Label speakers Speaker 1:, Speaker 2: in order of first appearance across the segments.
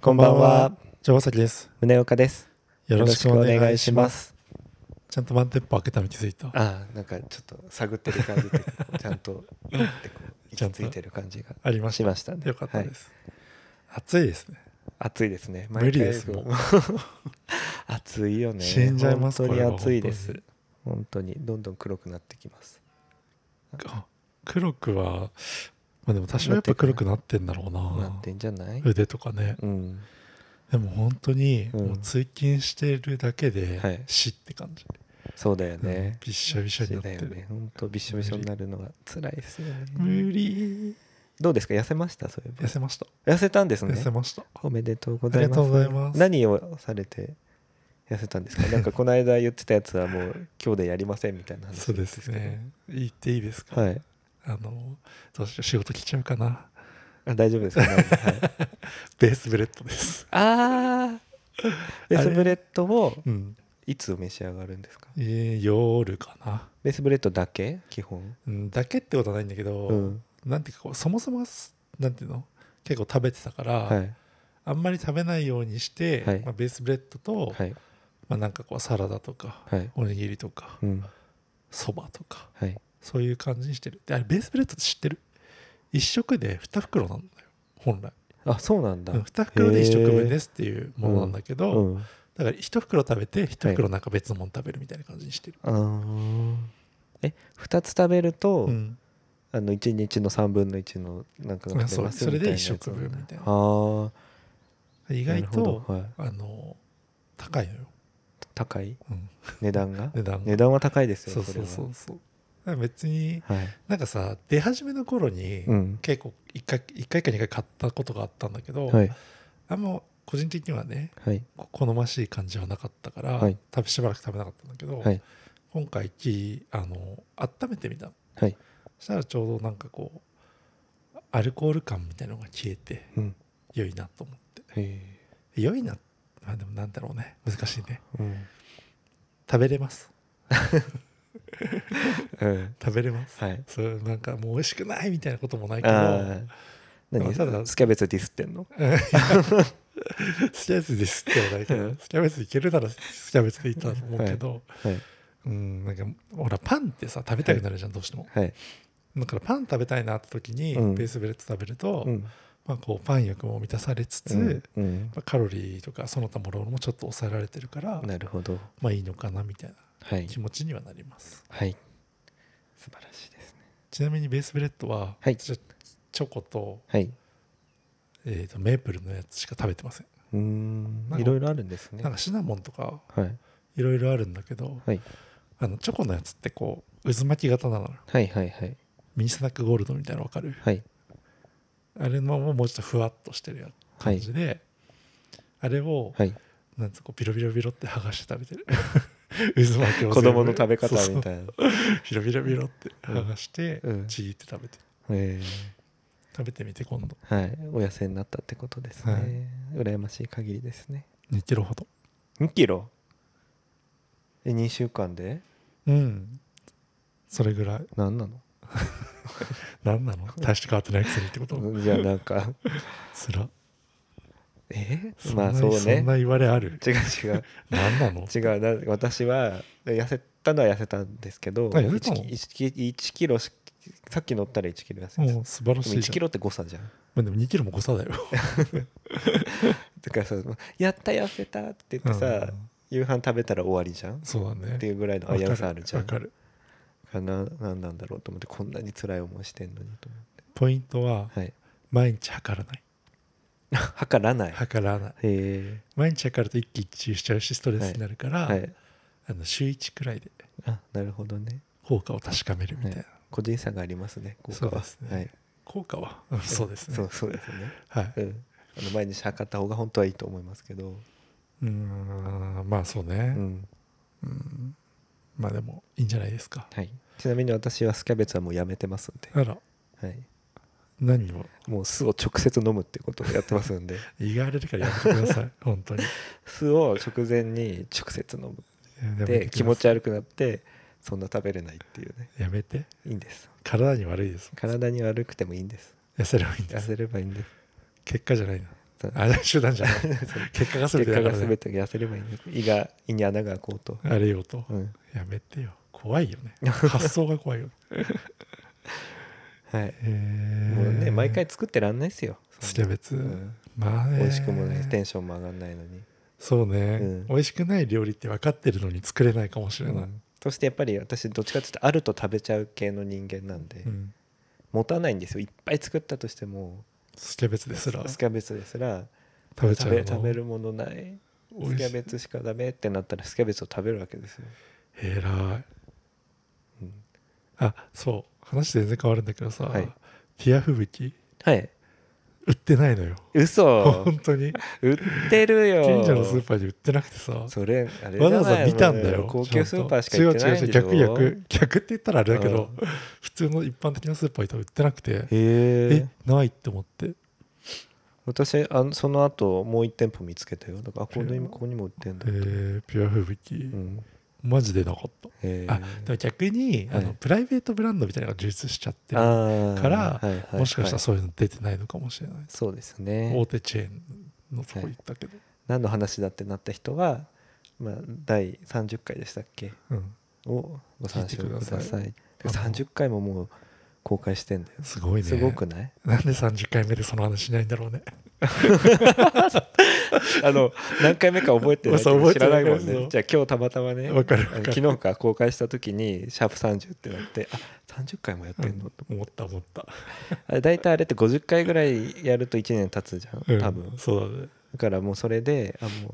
Speaker 1: こんばんは。
Speaker 2: 城崎です。
Speaker 1: 宗岡です。
Speaker 2: よろしくお願いします。
Speaker 1: す。
Speaker 2: ちゃんと満点ップ開けたの気づいた。
Speaker 1: ああ、なんかちょっと探ってる感じで、ちゃんと、うんってこう、
Speaker 2: ち
Speaker 1: 息
Speaker 2: ゃんと
Speaker 1: ついてる感じが
Speaker 2: ありまし。
Speaker 1: したましたね。
Speaker 2: よかったで
Speaker 1: はい。
Speaker 2: す。暑いですね。
Speaker 1: 暑いですね。
Speaker 2: 無理です
Speaker 1: 毎回
Speaker 2: もう
Speaker 1: 暑いよね。
Speaker 2: 死んじゃいます
Speaker 1: 本当に
Speaker 2: これは
Speaker 1: 暑いです。本当に、どんどん黒くなってきます。
Speaker 2: あ黒くは、まあでも多少やっぱ黒くなってんだろう
Speaker 1: な
Speaker 2: な
Speaker 1: っ。てんじゃない
Speaker 2: 腕とかね。
Speaker 1: うん。
Speaker 2: でも本当に、
Speaker 1: うん
Speaker 2: もう通勤してるだけ
Speaker 1: は
Speaker 2: で
Speaker 1: い、
Speaker 2: 死って感じ。
Speaker 1: そうだよ
Speaker 2: うん
Speaker 1: ね。
Speaker 2: びっしゃびしゃになって
Speaker 1: だよ
Speaker 2: る
Speaker 1: ね。。本当びっしょびしょになるのが辛いですよね。
Speaker 2: 無理。
Speaker 1: どうですか痩せましたそういえ
Speaker 2: 痩せました。
Speaker 1: ば。痩せたんですね
Speaker 2: 痩。せました。
Speaker 1: おめでとうございます。
Speaker 2: ありがとうございます
Speaker 1: 何をされて痩せたんです か。なんかこの間言ってたやつはもう今日でやりませんみたいな話。
Speaker 2: そうですね。言っていいですか
Speaker 1: はい。
Speaker 2: あの、どうしよう仕事来ちゃうかな。
Speaker 1: あ大丈夫です か、ね。はい、
Speaker 2: ベースブレッドです。
Speaker 1: ああ。ベースブレッドを
Speaker 2: うん。
Speaker 1: いつ召し上がるんですか。
Speaker 2: えー夜かな、
Speaker 1: ベースブレッドだけ基本。
Speaker 2: うん、だけってことはないんだけど、
Speaker 1: うん。
Speaker 2: なんていうかこうそもそもすなんていうの結構食べてたから、
Speaker 1: はい
Speaker 2: あんまり食べないようにして、
Speaker 1: はい
Speaker 2: まあ、ベースブレッドと、
Speaker 1: はい
Speaker 2: まあ、なんかこうサラダとか、
Speaker 1: はい。
Speaker 2: おにぎりとか
Speaker 1: うん
Speaker 2: そばとか
Speaker 1: はい。
Speaker 2: そういう感じにしてるであれベースブレッドって知ってる一食で2袋なんだよ本来
Speaker 1: あそうなんだ。
Speaker 2: 2袋で1食分ですっていうものなんだけ
Speaker 1: へ
Speaker 2: ど、
Speaker 1: ー。うん。あ
Speaker 2: だから1袋食べて1袋なんか別のもの食べるみたいな感じにしてる、
Speaker 1: あー。え二つ食べると、
Speaker 2: うん
Speaker 1: あの一日の三分の一のなんかが
Speaker 2: まあ
Speaker 1: 食べ
Speaker 2: そう
Speaker 1: ます
Speaker 2: それで
Speaker 1: みたいなや
Speaker 2: 1
Speaker 1: つ
Speaker 2: 食分み
Speaker 1: なんだ
Speaker 2: たいな
Speaker 1: ああ。
Speaker 2: 意
Speaker 1: なる
Speaker 2: 外
Speaker 1: ほど
Speaker 2: と
Speaker 1: はい、
Speaker 2: あの高いのよ、
Speaker 1: 高い
Speaker 2: うん
Speaker 1: 値段が
Speaker 2: 値段が
Speaker 1: 値段は高いですよ
Speaker 2: そうそうそうそうだから別に
Speaker 1: それははい
Speaker 2: なんかさ出始めの頃に、
Speaker 1: うん
Speaker 2: 結構1回一回か2回買ったことがあったんだけど、
Speaker 1: はい
Speaker 2: あんま個人的にはね
Speaker 1: はい
Speaker 2: こ好ましい感じはなかったから、
Speaker 1: はい
Speaker 2: 食べしばらく食べなかったんだけど、
Speaker 1: はい
Speaker 2: 今回きあの温めてみたの
Speaker 1: はい
Speaker 2: そしたらちょうどなんかこうアルコール感みたいなのが消えて
Speaker 1: うん
Speaker 2: 良いなと思って
Speaker 1: へ
Speaker 2: 良いなまあでもなんだろうね難しいね
Speaker 1: ーうん
Speaker 2: 食べれます
Speaker 1: うん
Speaker 2: 食べれます
Speaker 1: はい
Speaker 2: そうなんかもう美味しくないみたいなこともないけど
Speaker 1: ああ何
Speaker 2: ただ
Speaker 1: スキャベツディスってんの
Speaker 2: スキャベツですってはないけ
Speaker 1: う
Speaker 2: ど
Speaker 1: ん
Speaker 2: スキャベツいけるならスキャベツでいいとは思うけど、
Speaker 1: はい
Speaker 2: うんなんかほらパンってさ食べたくなるじゃん、どうしても
Speaker 1: はい
Speaker 2: だからパン食べたいなって時に、
Speaker 1: うん
Speaker 2: ベースブレッド食べると、
Speaker 1: うん
Speaker 2: まあ、こうパン欲も満たされつつ、
Speaker 1: うんうん
Speaker 2: まあ、カロリーとかその他もろもろもちょっと抑えられてるから
Speaker 1: なるほど
Speaker 2: まあいいのかなみたいな
Speaker 1: はい
Speaker 2: 気持ちにはなります
Speaker 1: はい素晴らしいですね
Speaker 2: ちなみにベースブレッドは、
Speaker 1: はい
Speaker 2: ちょチョコと,、
Speaker 1: はい
Speaker 2: えーとメープルのやつしか食べてません
Speaker 1: うーん
Speaker 2: なんか
Speaker 1: いろいろあるんですね
Speaker 2: なん
Speaker 1: は
Speaker 2: かシナモンとか
Speaker 1: い
Speaker 2: いろいろあるんだけど、
Speaker 1: はい
Speaker 2: あのチョコのやつってこう渦巻き型なのよ
Speaker 1: はいはいはい
Speaker 2: ミニスナックゴールドみたいなの分かる
Speaker 1: はい
Speaker 2: あれのもうちょっとふわっとしてるや
Speaker 1: は
Speaker 2: 感
Speaker 1: い
Speaker 2: じで、あれを、
Speaker 1: はい
Speaker 2: なんつうかビロビロビロって剥がして食べてる 渦巻きを
Speaker 1: 子供の食べ方み
Speaker 2: い
Speaker 1: たいな
Speaker 2: ビロビロビロって剥がして、
Speaker 1: うん
Speaker 2: ちぎって食べてる
Speaker 1: ええ
Speaker 2: 食べてみて今度
Speaker 1: はい、お痩せになったってことですね。
Speaker 2: はい
Speaker 1: 羨ましい限りですね。
Speaker 2: 2キロほど
Speaker 1: 2キロえ、2週間で
Speaker 2: うんそれぐらい
Speaker 1: 何なの
Speaker 2: 何なの大して変わってないくせにってこと
Speaker 1: じゃあなん か、
Speaker 2: つら
Speaker 1: え
Speaker 2: そんな
Speaker 1: まあそう
Speaker 2: そ
Speaker 1: ね
Speaker 2: ん。な言われ ある
Speaker 1: 違う違う
Speaker 2: 何なの
Speaker 1: 違うな私は痩せたのは痩せたんですけど
Speaker 2: あ痩せたの
Speaker 1: 1, キロしさっき乗ったら1キロ痩せた、で
Speaker 2: も
Speaker 1: も
Speaker 2: う素晴らしいじ
Speaker 1: 1
Speaker 2: ゃん
Speaker 1: キロって誤差じゃん
Speaker 2: まあでも2キロも誤差だよ
Speaker 1: だからさ「やった痩せた」って言ってさ、
Speaker 2: うん
Speaker 1: 夕飯食べたら終わりじゃんっ
Speaker 2: そうだね
Speaker 1: ていうぐらいの危うさあるじゃん
Speaker 2: わかるわか
Speaker 1: かな何なんだろうと思ってこんなに辛い思いしてんのにと思
Speaker 2: るポイントは
Speaker 1: ってはい
Speaker 2: 毎日測らない
Speaker 1: 測らないへ
Speaker 2: 測らない
Speaker 1: え
Speaker 2: 毎日測ると一喜一憂しちゃうしストレスになるから、
Speaker 1: はい
Speaker 2: あの週1くらいで
Speaker 1: あなるほどね
Speaker 2: 効果を確かめるみたいな、
Speaker 1: は個人差がありますね効果は
Speaker 2: そうですね
Speaker 1: はい
Speaker 2: 効果は、うんそうですね
Speaker 1: そうそうですね
Speaker 2: はい
Speaker 1: うんあの毎日測った方が本当はいいと思いますけど
Speaker 2: うーんまあそう
Speaker 1: う
Speaker 2: ね、
Speaker 1: ん
Speaker 2: うんまあでもいいんじゃないですか
Speaker 1: はいちなみに私はスキャベツはもうやめてますんで
Speaker 2: あら
Speaker 1: はい
Speaker 2: 何を
Speaker 1: もう酢を直接飲むってことをやってますん で
Speaker 2: 言いがれるからやめてくだ さい本当に
Speaker 1: 酢を直前に直接飲む
Speaker 2: やめ
Speaker 1: で
Speaker 2: て
Speaker 1: 気持ち悪くなってそんな食べれないっていうね
Speaker 2: やめて
Speaker 1: いいんです
Speaker 2: 体に悪いです
Speaker 1: 体に悪くてもいいんです
Speaker 2: 痩せればいいんで
Speaker 1: 痩
Speaker 2: す
Speaker 1: せればいいんです
Speaker 2: 結果じゃないな
Speaker 1: た
Speaker 2: あれ手段じゃ ない結果が全
Speaker 1: 結
Speaker 2: て
Speaker 1: 果
Speaker 2: だか
Speaker 1: が
Speaker 2: ら、
Speaker 1: 全
Speaker 2: ね、
Speaker 1: て痩せればいいんだ胃が胃に穴が開こうと、
Speaker 2: あれよと、
Speaker 1: うん、
Speaker 2: やめてよ怖いよ ね発想が怖いよ
Speaker 1: はい
Speaker 2: へえ
Speaker 1: もうね毎回作ってらんないっすよ
Speaker 2: すりゃ別、
Speaker 1: うん
Speaker 2: まあね
Speaker 1: 美味しくもないテンションも上がんないのに、
Speaker 2: そうね、
Speaker 1: うん
Speaker 2: 美味しくない料理って分かってるのに作れないかもしれない、
Speaker 1: うんそしてやっぱり私どっちかっていうとあると食べちゃう系の人間なんで、
Speaker 2: うん
Speaker 1: 持たないんですよいっぱい作ったとしても
Speaker 2: スキャベツですら
Speaker 1: スキャベツですら
Speaker 2: 食べちゃ
Speaker 1: 食
Speaker 2: う
Speaker 1: べ
Speaker 2: の
Speaker 1: 食べるものない
Speaker 2: 美
Speaker 1: スキ
Speaker 2: 味しい
Speaker 1: ャベツしかダメってなったらスキャベツを食べるわけですよ、
Speaker 2: えらい
Speaker 1: うん
Speaker 2: あそう話全然変わるんだけどさ、
Speaker 1: はい
Speaker 2: ティア吹雪
Speaker 1: はい
Speaker 2: 売ってないのよ
Speaker 1: 嘘
Speaker 2: 本当に
Speaker 1: 売ってるよ
Speaker 2: 近所のスーパーに売ってなくてさ
Speaker 1: それあれじゃない
Speaker 2: わざわざ見たんだよ
Speaker 1: もう高級スーパーしか
Speaker 2: ちゃ
Speaker 1: 行
Speaker 2: ん
Speaker 1: っ
Speaker 2: と
Speaker 1: てないんでしょ
Speaker 2: 違う違う違う逆逆逆って言ったらあれだけど、
Speaker 1: うん
Speaker 2: 普通の一般的なスーパー行ったら売ってなくてえ
Speaker 1: へえ
Speaker 2: ないって思って
Speaker 1: 私あのその後もう一店舗見つけたよだからあこの今ここにも売ってんだ
Speaker 2: えー、ピュア吹雪、
Speaker 1: うん
Speaker 2: マジでなかった
Speaker 1: へえ
Speaker 2: あでも逆に、あ
Speaker 1: は
Speaker 2: の
Speaker 1: い
Speaker 2: プライベートブランドみたいなのが充実しちゃってる
Speaker 1: あー
Speaker 2: から
Speaker 1: はいはい
Speaker 2: もしかしたら
Speaker 1: はい
Speaker 2: そういうの出てないのかもしれない、
Speaker 1: そうですね
Speaker 2: 大手チェーンのとこ行ったけど、
Speaker 1: 何の話だってなった人は、まあ、第30回でしたっけ
Speaker 2: うん、
Speaker 1: をご参照
Speaker 2: 聞いて
Speaker 1: く
Speaker 2: ください
Speaker 1: ださい
Speaker 2: あの
Speaker 1: 30回ももう公開してんだよ
Speaker 2: すごいね
Speaker 1: すごく ない
Speaker 2: なんで30回目でその話しないんだろうね
Speaker 1: あの何回目か覚えてないけ
Speaker 2: そう覚
Speaker 1: ど
Speaker 2: え
Speaker 1: 知
Speaker 2: て
Speaker 1: らない
Speaker 2: ない
Speaker 1: もん
Speaker 2: そ
Speaker 1: ね
Speaker 2: う
Speaker 1: じゃあ今日たまたまね
Speaker 2: わかるわ
Speaker 1: あ
Speaker 2: か
Speaker 1: の
Speaker 2: る
Speaker 1: 昨日か公開した時に「シャープ #30」ってなってあ30回もやってんの、
Speaker 2: うん思った思った
Speaker 1: あれ大体あれって50回ぐらいやると1年経つじゃ
Speaker 2: うん
Speaker 1: ん多分、だ
Speaker 2: そうだね
Speaker 1: からもうそれであもうやっ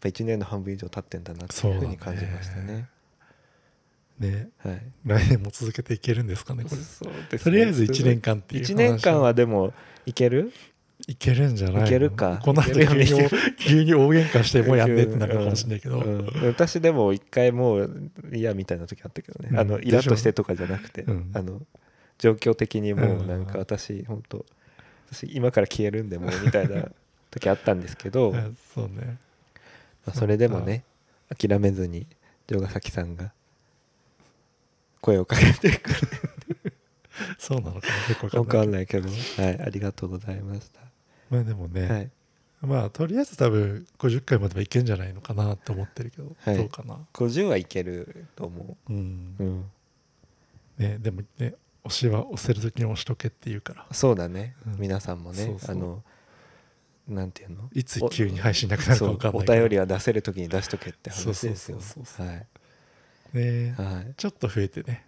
Speaker 1: ぱ1年の半分以上経ってんだなっていうふうに感じましたね
Speaker 2: ね
Speaker 1: はい
Speaker 2: 来年も続けていけるんですかねこれ
Speaker 1: そうですね
Speaker 2: とりあえず1年間っていう話
Speaker 1: 1年間はでもいける
Speaker 2: いけるんじゃないの
Speaker 1: いけるか
Speaker 2: この後急
Speaker 1: いける
Speaker 2: に
Speaker 1: よね
Speaker 2: 急に大喧嘩してもうやんねってなるかもしれないけど、
Speaker 1: うんうん私でも一回もう嫌みたいな時あったけどね、
Speaker 2: うん
Speaker 1: あの
Speaker 2: で
Speaker 1: イ
Speaker 2: しょ
Speaker 1: ラッとしてとかじゃなくて、
Speaker 2: うん
Speaker 1: あの状況的にもううんなんか私本当私今から消えるんでもうみたいな時あったんですけどま
Speaker 2: あそうね
Speaker 1: あそれでもね諦めずに城ヶ崎さんが声をかけてくる
Speaker 2: そうなのかな結構わかん
Speaker 1: わ
Speaker 2: ない
Speaker 1: かんないけど、はい、ありがとうございまし
Speaker 2: まあでもね、
Speaker 1: た。はい
Speaker 2: まあとりあえず多分50回まではいけんじゃないのかなと思ってるけど、
Speaker 1: はい
Speaker 2: どうかな
Speaker 1: 50はいけると思
Speaker 2: うん
Speaker 1: う、うん、
Speaker 2: ねでもね押しは押せる時に押しとけって言うから
Speaker 1: そうだね、
Speaker 2: うん
Speaker 1: 皆さんもね
Speaker 2: そうそう
Speaker 1: あのなんていうの
Speaker 2: いつ急に配信なくなるか
Speaker 1: そう
Speaker 2: 分かんな
Speaker 1: お
Speaker 2: いけど
Speaker 1: 便りは出せるときに出しとけって話ですよ
Speaker 2: そうそうそうそ
Speaker 1: はい
Speaker 2: ね
Speaker 1: はい
Speaker 2: ちょっと増えてね、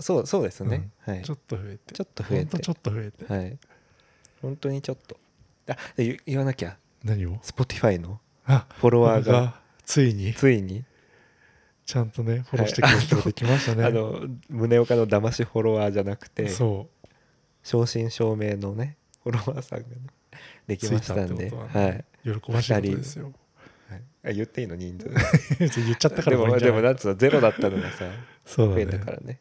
Speaker 1: そうそうですね、はい
Speaker 2: ちょっと増えて
Speaker 1: ちょっと増えて
Speaker 2: ほんとちょっと増えて、
Speaker 1: はい本当にちょっとあで言言わなきゃ
Speaker 2: 何を
Speaker 1: Spotify の
Speaker 2: あ
Speaker 1: フォロワー
Speaker 2: これ
Speaker 1: が
Speaker 2: がついに
Speaker 1: ついに、
Speaker 2: ちゃんとねフォローしてくれる人ができましたね、
Speaker 1: あの宗岡の騙しフォロワーじゃなくて
Speaker 2: そ
Speaker 1: 正真正銘のねフォロワーさんがねで
Speaker 2: う
Speaker 1: きましたん
Speaker 2: つい
Speaker 1: で
Speaker 2: たってこと
Speaker 1: は
Speaker 2: はいね、喜ばしいことですよ
Speaker 1: はいあ言っていいの人 数
Speaker 2: 言っちゃったか
Speaker 1: で
Speaker 2: らもういい
Speaker 1: も
Speaker 2: んじ
Speaker 1: で
Speaker 2: ゃな
Speaker 1: も
Speaker 2: い
Speaker 1: なんつうのゼロだったのがさ
Speaker 2: そうだ
Speaker 1: 増
Speaker 2: ね
Speaker 1: えたからね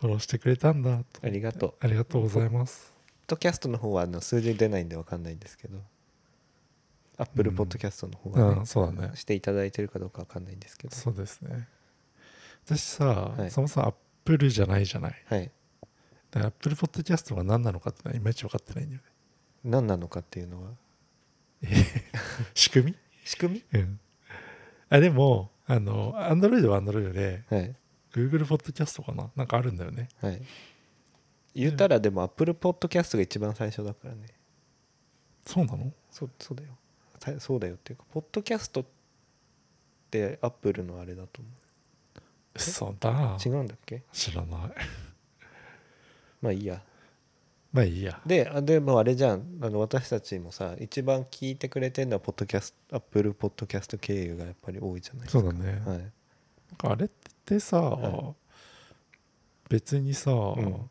Speaker 2: フォローしてくれたんだと
Speaker 1: ありがとう
Speaker 2: ありがとうございます
Speaker 1: ポッドキャストの方はあの数字出ないんでわかんないんですけど、アップル
Speaker 2: うん
Speaker 1: ポッドキャストの方はね、
Speaker 2: うんそうだね
Speaker 1: していただいてるかどうかわかんないんですけど、
Speaker 2: そうですね私さ、
Speaker 1: はい
Speaker 2: そもそもアップルじゃないじゃない
Speaker 1: はい、
Speaker 2: だからアップルポッドキャストが何なのかってのはいまいち分かってないんだよね
Speaker 1: 何なのかっていうのは、
Speaker 2: 仕組
Speaker 1: 仕組
Speaker 2: みうんあでもあのアンドロイドはアンドロイドで
Speaker 1: みはい、
Speaker 2: Google ポッドキャストかななんかあるんだよね
Speaker 1: はい。言ったらでもアップルポッドキャストが一番最初だからね。
Speaker 2: そうなの
Speaker 1: そうそうだよさ。そうだよっていうか、ポッドキャストってアップルのあれだと思
Speaker 2: そう
Speaker 1: う。
Speaker 2: だ
Speaker 1: 違うんだっけ
Speaker 2: 知らない
Speaker 1: まあいいや。
Speaker 2: まあいいや
Speaker 1: で、あでもあれじゃんあの、私たちもさ、一番聞いてくれてるのは、ポッドキャスト、アップルポッドキャスト経由がやっぱり多いじゃないです
Speaker 2: そ
Speaker 1: か。
Speaker 2: うだ
Speaker 1: は
Speaker 2: ね、
Speaker 1: い、
Speaker 2: なんかあれってさ、
Speaker 1: は
Speaker 2: 別にさ、
Speaker 1: ん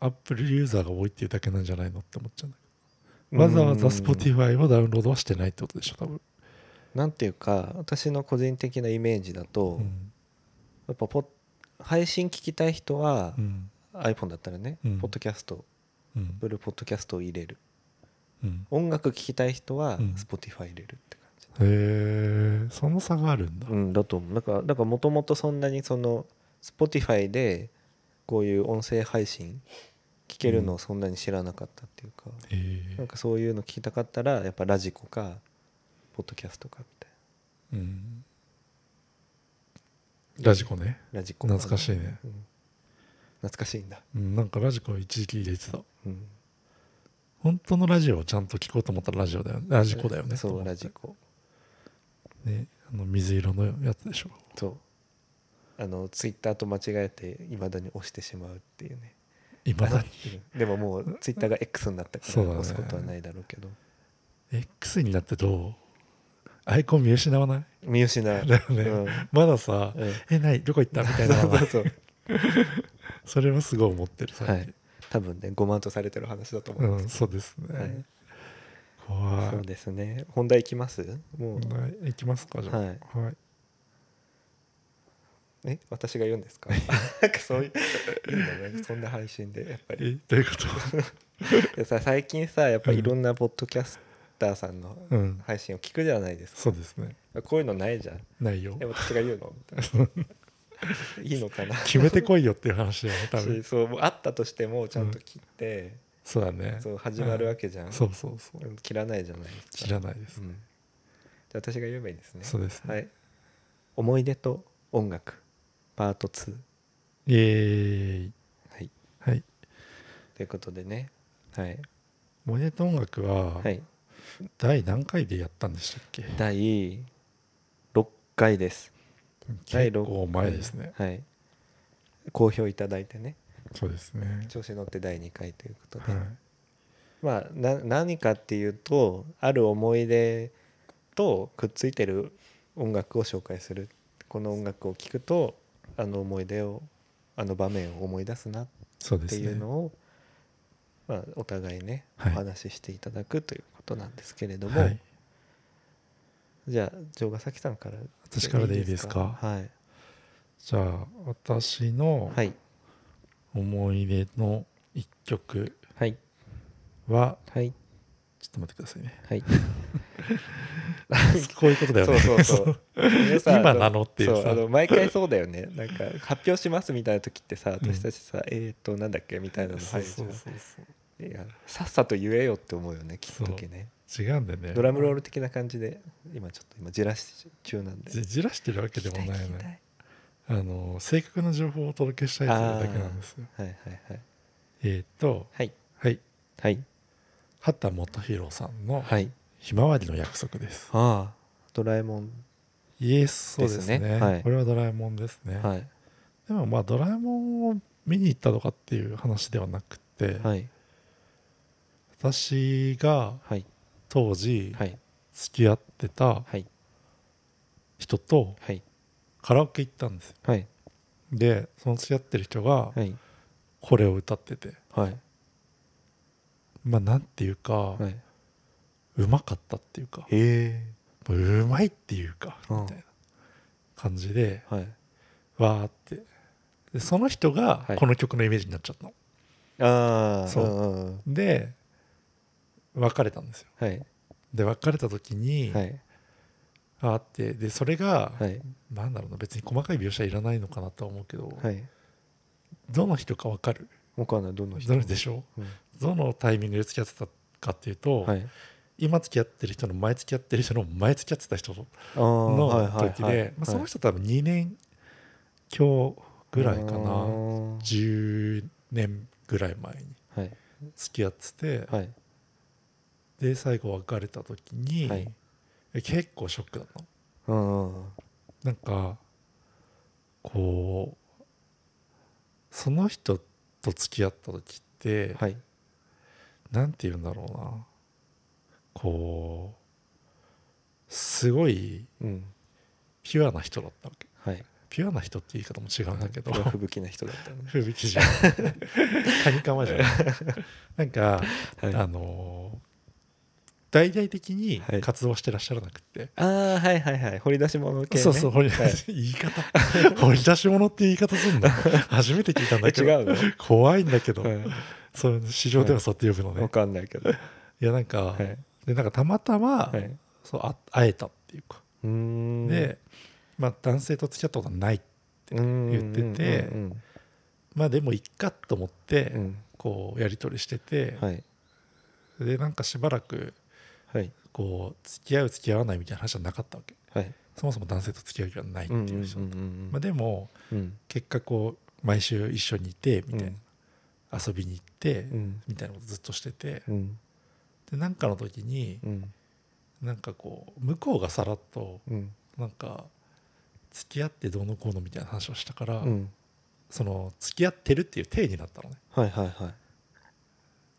Speaker 2: アップルユーザーが多いっていうだけなんじゃないのって思っちゃうんだけどわざわざ
Speaker 1: うん
Speaker 2: Spotify をダウンロードはしてないってことでしょ多分、
Speaker 1: なんていうか私の個人的なイメージだと、
Speaker 2: うん
Speaker 1: やっぱポッ配信聞きたい人は
Speaker 2: う、ん
Speaker 1: iPhone だったらね、
Speaker 2: うん
Speaker 1: ポッドキャスト
Speaker 2: うん
Speaker 1: ブルーポッドキャストを入れる
Speaker 2: うん
Speaker 1: 音楽聞きたい人は
Speaker 2: うん
Speaker 1: Spotify 入れるって感じ、
Speaker 2: へえその差があるんだ、
Speaker 1: うんだと思うなんかなんかもともとそんなにその Spotify でこういう音声配信聞けるのをそんなに知らなかったっていうか、
Speaker 2: え
Speaker 1: なんかそういうの聞きたかったらやっぱラジコかポッドキャストかみたい
Speaker 2: うん、ラジコね、
Speaker 1: なラジコかな
Speaker 2: 懐かしいね
Speaker 1: うん懐かしいんだ
Speaker 2: うん、なんかラジコ一時期入れてた
Speaker 1: うん
Speaker 2: 本当のラジオをちゃんと聞こうと思ったらラジオだよねラジコだよねと
Speaker 1: そ
Speaker 2: 思
Speaker 1: う
Speaker 2: って
Speaker 1: ラジコ
Speaker 2: ねあの水色のやつでしょ
Speaker 1: そうあのツイッターと間違えていまだに押してしまうっていうね
Speaker 2: いまだに
Speaker 1: うん でももうツイッターが X になったか
Speaker 2: そう
Speaker 1: ら
Speaker 2: だね
Speaker 1: 押すことはないだろうけど
Speaker 2: X になってどうアイコン見失わない
Speaker 1: 見失う
Speaker 2: だよね
Speaker 1: うん
Speaker 2: まださ
Speaker 1: うん
Speaker 2: 「えないどこ行った?」みたいな
Speaker 1: そうそうそう
Speaker 2: それはすごい思ってる最近、
Speaker 1: はい多分ねごまんとされてる話だと思う
Speaker 2: うん
Speaker 1: です
Speaker 2: ん、そうですね、
Speaker 1: はい
Speaker 2: 怖い
Speaker 1: そうですね本題いきますもう
Speaker 2: はいいきますかじゃあ
Speaker 1: はい
Speaker 2: はい
Speaker 1: え私が言うんです かなんかそういういいんだねそんな配信でやっぱり
Speaker 2: えどういうこと
Speaker 1: いやさ最近さやっぱいろんなポッドキャスターさんの
Speaker 2: うん
Speaker 1: 配信を聞くじゃないですか、
Speaker 2: そうですね
Speaker 1: こういうのないじゃん
Speaker 2: ないよ
Speaker 1: え私が言うのみたいないいのかな
Speaker 2: 決めてこいよっていう話だよね多 分
Speaker 1: しそうもうあったとしてもちゃんと切って、
Speaker 2: そうだね
Speaker 1: そう始まるわけじゃん、
Speaker 2: うんそうそうそう
Speaker 1: うん切らないじゃないですか
Speaker 2: 知らないです、
Speaker 1: うんじゃあ私が言えばいいですね
Speaker 2: そうですね、
Speaker 1: はい思い出と音楽パート2
Speaker 2: イエーイ
Speaker 1: はい
Speaker 2: はい
Speaker 1: ということでねはい
Speaker 2: モネと音楽は
Speaker 1: はい
Speaker 2: 第何回でやったんでしたっけ、
Speaker 1: 第6回です第
Speaker 2: 結
Speaker 1: 六
Speaker 2: 構前ですね、
Speaker 1: はい好評いただいてね
Speaker 2: そうですね
Speaker 1: 調子乗って第2回ということで、
Speaker 2: はい
Speaker 1: まあな何かっていうとある思い出とくっついてる音楽を紹介するこの音楽を聴くとあの思い出をあの場面を思い出すなっ
Speaker 2: そうで
Speaker 1: て
Speaker 2: す
Speaker 1: いう
Speaker 2: ね
Speaker 1: のを、まあ、お互いねお
Speaker 2: はい
Speaker 1: 話ししていただくということなんですけれども、
Speaker 2: はい
Speaker 1: じゃあ城ヶ崎さんから
Speaker 2: 私からでいいですか
Speaker 1: はい、
Speaker 2: じゃあ私の
Speaker 1: はい
Speaker 2: 思い出の一曲
Speaker 1: はい
Speaker 2: は
Speaker 1: はい
Speaker 2: ちょっと待ってくださいね
Speaker 1: はい
Speaker 2: こういうことだよね
Speaker 1: そうそ うそう皆さん
Speaker 2: 今
Speaker 1: あの
Speaker 2: なのっていう
Speaker 1: そう
Speaker 2: さ
Speaker 1: あの毎回そうだよねなんか発表しますみたいな時ってさ私たちさ、えー、となんだっけみたいなの
Speaker 2: そ
Speaker 1: 入
Speaker 2: う
Speaker 1: るじ
Speaker 2: そ
Speaker 1: ゃん
Speaker 2: うそうそう
Speaker 1: いやさっさと言えよって思うよね聞く時ね
Speaker 2: 違うんだよね
Speaker 1: ドラムロール的な感じで今ちょっと今じらし中なんで
Speaker 2: じじらしてるわけでもないよ
Speaker 1: 聞きた
Speaker 2: ね
Speaker 1: い
Speaker 2: あの正確な情報をお届けしたいというだけなんですよ
Speaker 1: 聞きたいはいはいはい
Speaker 2: えっ、と
Speaker 1: はい
Speaker 2: はい
Speaker 1: はい
Speaker 2: 畑基博さんの
Speaker 1: はい
Speaker 2: 「ひまわりの約束」です、
Speaker 1: ああドラえもん
Speaker 2: イエスそうですね
Speaker 1: ですねはい
Speaker 2: これはドラえもんですね、
Speaker 1: はい
Speaker 2: でもまあドラえもんを見に行ったとかっていう話ではなくて、
Speaker 1: はい
Speaker 2: 私が
Speaker 1: はい
Speaker 2: 当時
Speaker 1: はい
Speaker 2: 付き合ってた
Speaker 1: はい
Speaker 2: 人と
Speaker 1: はい
Speaker 2: カラオケ行ったんですよ
Speaker 1: はい
Speaker 2: でその付き合ってる人が
Speaker 1: はい
Speaker 2: これを歌ってて、
Speaker 1: はい
Speaker 2: まあなんていうか、
Speaker 1: はい
Speaker 2: うまかったっていうか
Speaker 1: え
Speaker 2: うまいっていうか
Speaker 1: う
Speaker 2: み
Speaker 1: ん
Speaker 2: たいな感じで
Speaker 1: はい
Speaker 2: わーってでその人が
Speaker 1: はい
Speaker 2: この曲のイメージになっちゃったの、
Speaker 1: ああ
Speaker 2: そうん
Speaker 1: んうん
Speaker 2: で別れたんですよ
Speaker 1: はい
Speaker 2: で別れた時に、
Speaker 1: はい
Speaker 2: あーってでそれが、
Speaker 1: はい
Speaker 2: なんだろうな別に細かい描写いらないのかなとは思うけど、
Speaker 1: はい
Speaker 2: どの人か分かる
Speaker 1: わかんないどの人
Speaker 2: どれでしょ
Speaker 1: うん
Speaker 2: うどのタイミングで付き合ってたかっていうと、
Speaker 1: はい
Speaker 2: 今付き合ってる人の前付き合ってる人の前付き合ってた人
Speaker 1: あーはい
Speaker 2: の
Speaker 1: はい
Speaker 2: 時でまあその人多分2年今日ぐらいか
Speaker 1: は
Speaker 2: な10年ぐらい前に
Speaker 1: いはい
Speaker 2: 付き合ってて
Speaker 1: はい
Speaker 2: で最後別れた時に
Speaker 1: はい
Speaker 2: 結構ショックだったの
Speaker 1: うんうん
Speaker 2: なんかこうその人と付き合った時って
Speaker 1: はい
Speaker 2: なんて言うんだろうなこうすごい
Speaker 1: うん
Speaker 2: ピュアな人だったわけ
Speaker 1: はい
Speaker 2: ピュアな人って言い方も違うんだけど
Speaker 1: これは 吹雪な人だったね
Speaker 2: 吹 雪じゃんカニカマじゃんなんか、
Speaker 1: はい
Speaker 2: あのー大々的に
Speaker 1: はい
Speaker 2: 活動してらっしゃらなくって、
Speaker 1: ああはいはいはい掘り出し物系ね
Speaker 2: そうそう掘り出し、
Speaker 1: はい
Speaker 2: 言い方掘り出し物って言い方すんの初めて聞いたん だ
Speaker 1: え
Speaker 2: け
Speaker 1: 違
Speaker 2: ど
Speaker 1: うの
Speaker 2: 怖いんだけど、
Speaker 1: うん
Speaker 2: そう市場ではそうやって呼ぶのね、
Speaker 1: わかんないけどはい
Speaker 2: い、やなんか、
Speaker 1: はい
Speaker 2: でなんかたまたま、
Speaker 1: う
Speaker 2: そうあ会えたっていうか、
Speaker 1: ーん
Speaker 2: で、まあ、男性と付き合ったことはない
Speaker 1: 言
Speaker 2: 言ってて
Speaker 1: うん
Speaker 2: まあでもいっかと思って、
Speaker 1: うんうん
Speaker 2: こうやり取りしてて、
Speaker 1: はい
Speaker 2: でなんかしばらく
Speaker 1: はい
Speaker 2: こう付き合う付き合わないみたいな話はなかったわけ
Speaker 1: はい
Speaker 2: そもそも男性と付き合う気はないって
Speaker 1: うんうんう
Speaker 2: い
Speaker 1: ん
Speaker 2: う人、
Speaker 1: うん
Speaker 2: まあ、でも
Speaker 1: うん
Speaker 2: 結果こう毎週一緒にいてみたいな、遊びに行って、
Speaker 1: うん
Speaker 2: みたいなことずっとしてて
Speaker 1: うん
Speaker 2: でなんかの時に
Speaker 1: うん
Speaker 2: なんかこう向こうがさらっと
Speaker 1: うん
Speaker 2: なんか付き合ってどうのこうのみたいな話をしたから、
Speaker 1: うん
Speaker 2: その付き合ってるっていう体になったのね
Speaker 1: はいはいは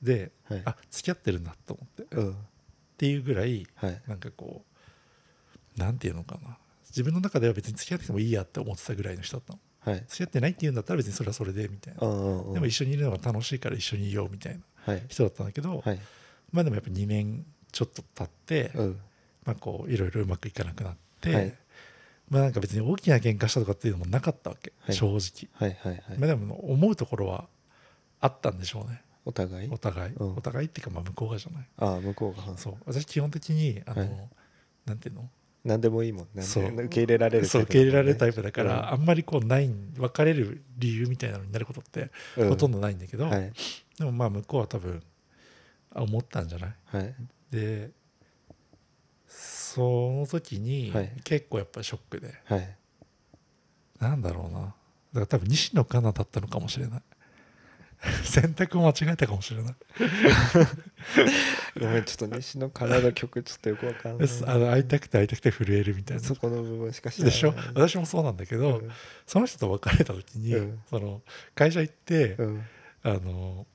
Speaker 2: で
Speaker 1: いはい
Speaker 2: あ付き合ってるんだと思ってっ
Speaker 1: うん
Speaker 2: ていうぐらい
Speaker 1: はい
Speaker 2: なんかこうなんていうのかな自分の中では別に付き合っててもいいやって思ってたぐらいの人だったの
Speaker 1: はい
Speaker 2: 付き合ってないっていうんだったら別にそれはそれでみたいな
Speaker 1: ああ
Speaker 2: でも一緒にいるのが楽しいから一緒にいようみたいな
Speaker 1: はい
Speaker 2: 人だったんだけど、
Speaker 1: はい
Speaker 2: まあでもやっぱ2年ちょっと経って、
Speaker 1: うん
Speaker 2: まあこういろいろうまくいかなくなって、
Speaker 1: はい
Speaker 2: まあなんか別に大きな喧嘩したとかっていうのもなかったわけ、
Speaker 1: はい
Speaker 2: 正直、
Speaker 1: はいはいはい
Speaker 2: まあでも思うところはあったんでしょうね
Speaker 1: お互い
Speaker 2: お互い、
Speaker 1: うん
Speaker 2: お互いっていうかまあ向こうがじゃない
Speaker 1: ああ向こうが
Speaker 2: そう私基本的にあの、
Speaker 1: はい
Speaker 2: なんていうの
Speaker 1: 何でもいいもんね
Speaker 2: そう
Speaker 1: 受け入れられる
Speaker 2: そう受け入れられるタ
Speaker 1: イ
Speaker 2: イプだから、あんまりこうない別れる理由みたいなのになることって
Speaker 1: プ
Speaker 2: ほとん
Speaker 1: ど
Speaker 2: どないんだけど、
Speaker 1: はい
Speaker 2: でもまあ向こうは多分あ思ったんじゃない
Speaker 1: はい
Speaker 2: でその時に
Speaker 1: はい
Speaker 2: 結構やっぱショックで、
Speaker 1: はい
Speaker 2: なんだろうなだから多分西野カナだったのかもしれない 選択を間違えたかもしれない
Speaker 1: ごめんちょっと西のカナの曲ちょっとよくわかんない
Speaker 2: ですあの会いたくて会いたくて震えるみたいな
Speaker 1: そこの部分しか知らな
Speaker 2: で
Speaker 1: い
Speaker 2: しょ私もそうなんだけど、
Speaker 1: うん
Speaker 2: その人と別れた時に、
Speaker 1: うん
Speaker 2: その会社行って、
Speaker 1: うん
Speaker 2: あの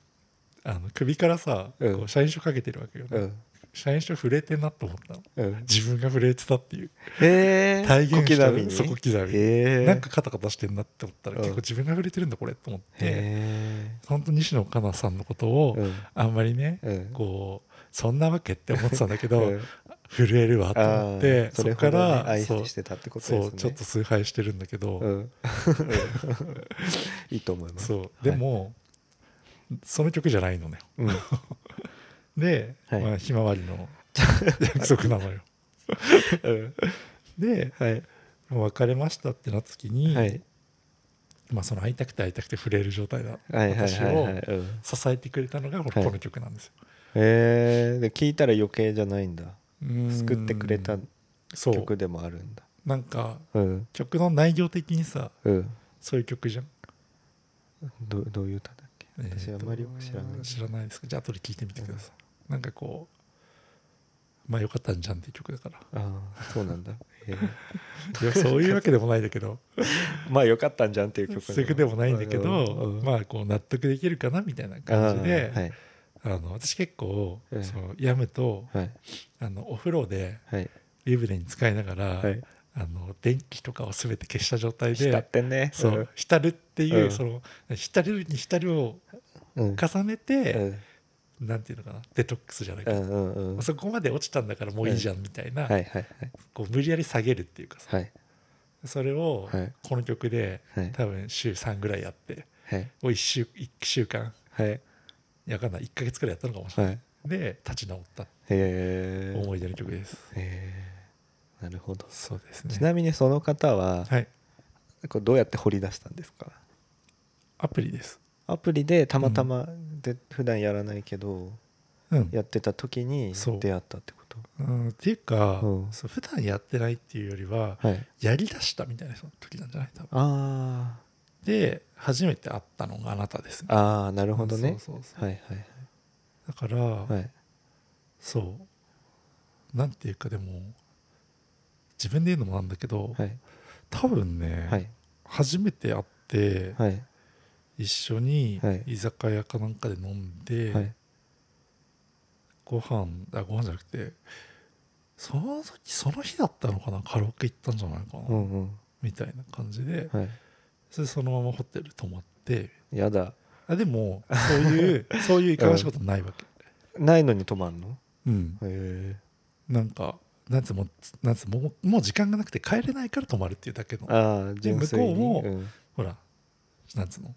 Speaker 2: あの首からさ、
Speaker 1: うん
Speaker 2: こう社員証かけてるわけよね、
Speaker 1: うん
Speaker 2: 社員証震えてんなと思ったの
Speaker 1: うん
Speaker 2: 自分が震えてたっていう
Speaker 1: へえ
Speaker 2: 体現した
Speaker 1: 小刻みに
Speaker 2: そう小刻み
Speaker 1: へえ
Speaker 2: なんかカタカタしてんなって思ったら、
Speaker 1: うん
Speaker 2: 結構自分が震えてるんだこれと思って
Speaker 1: へ
Speaker 2: 本当西野カナさんのこと
Speaker 1: え
Speaker 2: を、
Speaker 1: うん
Speaker 2: あんまりね、
Speaker 1: うん
Speaker 2: こうそんなわけって思ってたんだけど、
Speaker 1: うん
Speaker 2: 震えるわと
Speaker 1: あ
Speaker 2: 思っ
Speaker 1: ー
Speaker 2: てそ
Speaker 1: れ
Speaker 2: こ
Speaker 1: ほど
Speaker 2: か
Speaker 1: ね
Speaker 2: ら、
Speaker 1: 愛
Speaker 2: そう
Speaker 1: してたってことです
Speaker 2: そ
Speaker 1: ね
Speaker 2: うちょっと崇拝してるんだけど、
Speaker 1: うん いいと思います
Speaker 2: そうでも、その曲じゃないのね
Speaker 1: うん
Speaker 2: で、
Speaker 1: はい
Speaker 2: まあ、ひまわりの 約束なのよで
Speaker 1: はい
Speaker 2: もう別れましたってなった時に、
Speaker 1: はい
Speaker 2: まあ、その会いたくて会いたくて震える状態だ
Speaker 1: はいはい
Speaker 2: 私
Speaker 1: はいは
Speaker 2: を
Speaker 1: いうん
Speaker 2: 支えてくれたのがこ
Speaker 1: は
Speaker 2: の
Speaker 1: い
Speaker 2: この曲なんですよ、
Speaker 1: へえで聞いたら余計じゃないんだ
Speaker 2: うん
Speaker 1: 救ってくれた
Speaker 2: そう
Speaker 1: 曲でもあるんだ
Speaker 2: なんか
Speaker 1: うん
Speaker 2: 曲の内容的にさ
Speaker 1: うん
Speaker 2: そういう曲じゃん
Speaker 1: どどういう歌だっけ私
Speaker 2: えー
Speaker 1: あ
Speaker 2: と
Speaker 1: まりよく知らない
Speaker 2: 知らないですけどじゃあ後で聞いてみてください、なんかこうまあよかったんじゃんっていう曲だから
Speaker 1: ああそうなんだへえ
Speaker 2: いやそういうわけでもないんだけど
Speaker 1: まあよかったんじゃんっていう曲
Speaker 2: そういうわけでもないんだけ
Speaker 1: うん
Speaker 2: ど
Speaker 1: うん
Speaker 2: まあこう納得できるかなみたいな感じで
Speaker 1: あーはい
Speaker 2: あの私結構
Speaker 1: ええ
Speaker 2: そのやむと
Speaker 1: はい
Speaker 2: あのお風呂で
Speaker 1: はい
Speaker 2: 湯船に使いながら
Speaker 1: はい
Speaker 2: あの電気とかを全て消した状態
Speaker 1: 浸って
Speaker 2: で
Speaker 1: ね
Speaker 2: そう浸るっていううんその浸るに浸るを
Speaker 1: うん
Speaker 2: 重ね
Speaker 1: う
Speaker 2: て
Speaker 1: ん
Speaker 2: なんていうのかなデトックスじゃないか
Speaker 1: う
Speaker 2: なん
Speaker 1: うんうん
Speaker 2: そこまで落ちたんだからもういいじゃんみたいな、
Speaker 1: はいはい
Speaker 2: こう無理やり下げるっていうかさ
Speaker 1: はいはい
Speaker 2: それを
Speaker 1: はい
Speaker 2: この曲で
Speaker 1: はい
Speaker 2: 多分週3ぐらいやって
Speaker 1: はい
Speaker 2: もう 1, 週一週間
Speaker 1: はい
Speaker 2: いやわかんない1か月くらいやったのかもしれ
Speaker 1: は
Speaker 2: ない、
Speaker 1: いへ
Speaker 2: で立ち直った
Speaker 1: え
Speaker 2: 思い出の曲です、
Speaker 1: へえなるほど
Speaker 2: そうです
Speaker 1: ち
Speaker 2: ね
Speaker 1: なみにその方は
Speaker 2: はい
Speaker 1: こうどうやって掘り出したんですか
Speaker 2: アプリです
Speaker 1: アプリでたまたまで普段やらないけど
Speaker 2: うん
Speaker 1: やってた時に
Speaker 2: そう
Speaker 1: 出会ったってこと
Speaker 2: うんっていうか、
Speaker 1: うん
Speaker 2: そう普段やってないっていうよりは
Speaker 1: はい
Speaker 2: やりだしたみたいな時なんじゃない多分
Speaker 1: あ
Speaker 2: で初めて会ったのがあなたですね
Speaker 1: あああなるほどね
Speaker 2: そうそうそう
Speaker 1: はいはい
Speaker 2: だから、
Speaker 1: はいはい
Speaker 2: そうなんていうかでも自分で言うのもなんだけど、
Speaker 1: はい
Speaker 2: 多分ね、
Speaker 1: はい
Speaker 2: 初めて会って、
Speaker 1: はい
Speaker 2: 一緒に
Speaker 1: はい
Speaker 2: 居酒屋かなんかで飲んで、
Speaker 1: はい
Speaker 2: ご飯あご飯じゃなくてその時その日だったのかなカラオケ行ったんじゃないかな、
Speaker 1: うんうん
Speaker 2: みたいな感じで
Speaker 1: はい
Speaker 2: それでそのままホテル泊まって
Speaker 1: やだ
Speaker 2: あでもそういう そういういかがわしいことないわけ、
Speaker 1: ないのに止まんの
Speaker 2: うん、
Speaker 1: へ
Speaker 2: なんかなんつうのもうなんつうのもうもう時間がなくて帰れないから泊まるっていうだけの
Speaker 1: えああ純粋に
Speaker 2: 向こうも
Speaker 1: ん
Speaker 2: ほらなんつうの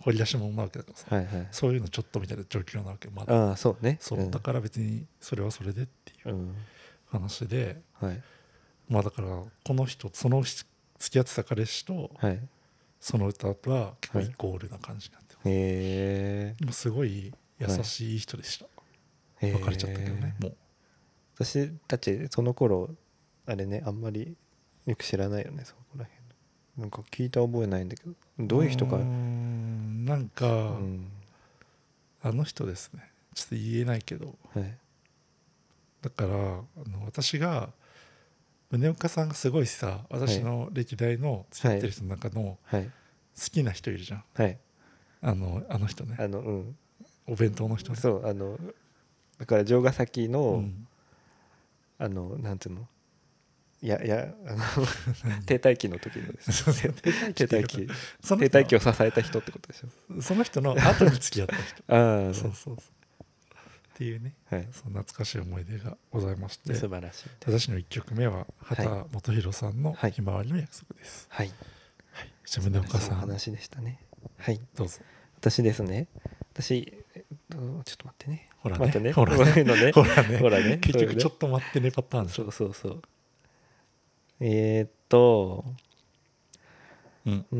Speaker 2: 掘り出し物なわけだからさ、
Speaker 1: はいはい
Speaker 2: そういうのちょっとみたいな状況なわけまだ
Speaker 1: ああそうね
Speaker 2: そううんだから別にそれはそれでっていう
Speaker 1: うん
Speaker 2: 話で、
Speaker 1: はい
Speaker 2: まあだからこの人その付き合ってた彼氏と
Speaker 1: はい
Speaker 2: その歌とは結構イコールな感じになってま
Speaker 1: へ
Speaker 2: もうすごい優しい人でした、
Speaker 1: え
Speaker 2: 別れちゃったけどね、もう
Speaker 1: 私たちその頃あれねあんまりよく知らないよねそこら辺なんか聞いた覚えないんだけどどういう人か
Speaker 2: ーんなんか、
Speaker 1: うん
Speaker 2: あの人ですねちょっと言えないけど
Speaker 1: はい
Speaker 2: だからあの私が宗岡さんがすごいさ私の歴代の付き合ってる人の中の
Speaker 1: はい
Speaker 2: 好きな人いるじゃん、
Speaker 1: はい
Speaker 2: あのあの人ね
Speaker 1: あのうん
Speaker 2: お弁当の人ね
Speaker 1: そうあのだから城ヶ崎の、
Speaker 2: ん
Speaker 1: あのなんていうのいやいやあの停滞期の時のです
Speaker 2: そうそう
Speaker 1: 停滞期
Speaker 2: その
Speaker 1: 停
Speaker 2: 人
Speaker 1: 滞期を支えた人ってことでしょ
Speaker 2: その人の後に付き合っ た人
Speaker 1: ああ
Speaker 2: そうそうそうっていうね
Speaker 1: はい
Speaker 2: そう懐かしい思い出がございまして
Speaker 1: 素晴らしい
Speaker 2: 私の1曲目は畑元博さんの
Speaker 1: はい
Speaker 2: 「ひまわりの約束」です、
Speaker 1: はい
Speaker 2: じゃあ宗岡
Speaker 1: そ
Speaker 2: さ
Speaker 1: の
Speaker 2: ん
Speaker 1: 話でしたねはい
Speaker 2: どうぞ
Speaker 1: 私ですね私えっとちょっと待ってね
Speaker 2: ほら
Speaker 1: また
Speaker 2: ね
Speaker 1: ね
Speaker 2: ほら
Speaker 1: こういうのね
Speaker 2: ほらね
Speaker 1: ほらねそ
Speaker 2: 結
Speaker 1: う
Speaker 2: 局
Speaker 1: ね
Speaker 2: ちょっと待ってねパターンでし
Speaker 1: そ
Speaker 2: ょ
Speaker 1: うそうそうえー、っと
Speaker 2: うん
Speaker 1: うー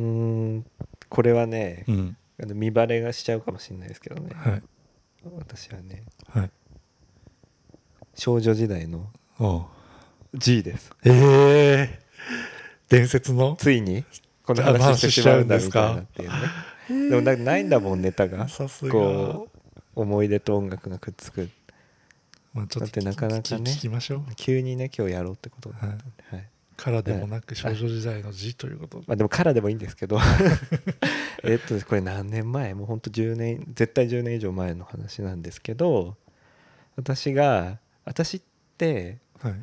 Speaker 1: んこれはね、
Speaker 2: うん
Speaker 1: あの見バレがしちゃうかもしれないですけどね、
Speaker 2: はい
Speaker 1: 私はね
Speaker 2: はい
Speaker 1: 少女時代の
Speaker 2: おう
Speaker 1: G です
Speaker 2: ええ伝説の
Speaker 1: ついにこの
Speaker 2: あ
Speaker 1: 話してしまうんだ
Speaker 2: 話し
Speaker 1: み
Speaker 2: ちゃ
Speaker 1: た
Speaker 2: う
Speaker 1: いな
Speaker 2: ん
Speaker 1: っ
Speaker 2: です
Speaker 1: ていうねでもなないんだもんネタが
Speaker 2: さすが
Speaker 1: こう思い出と音楽がくっつく
Speaker 2: まあちょ
Speaker 1: だ
Speaker 2: っ
Speaker 1: って
Speaker 2: と
Speaker 1: なかなかね
Speaker 2: 聞きましょう
Speaker 1: 急にね今日やろうってことになったんで、はい
Speaker 2: からでもなく少女時代の字ということ
Speaker 1: まあでもからでもいいんですけど えっとこれ何年前もうほんと10年絶対10年以上前の話なんですけど私が私って
Speaker 2: はい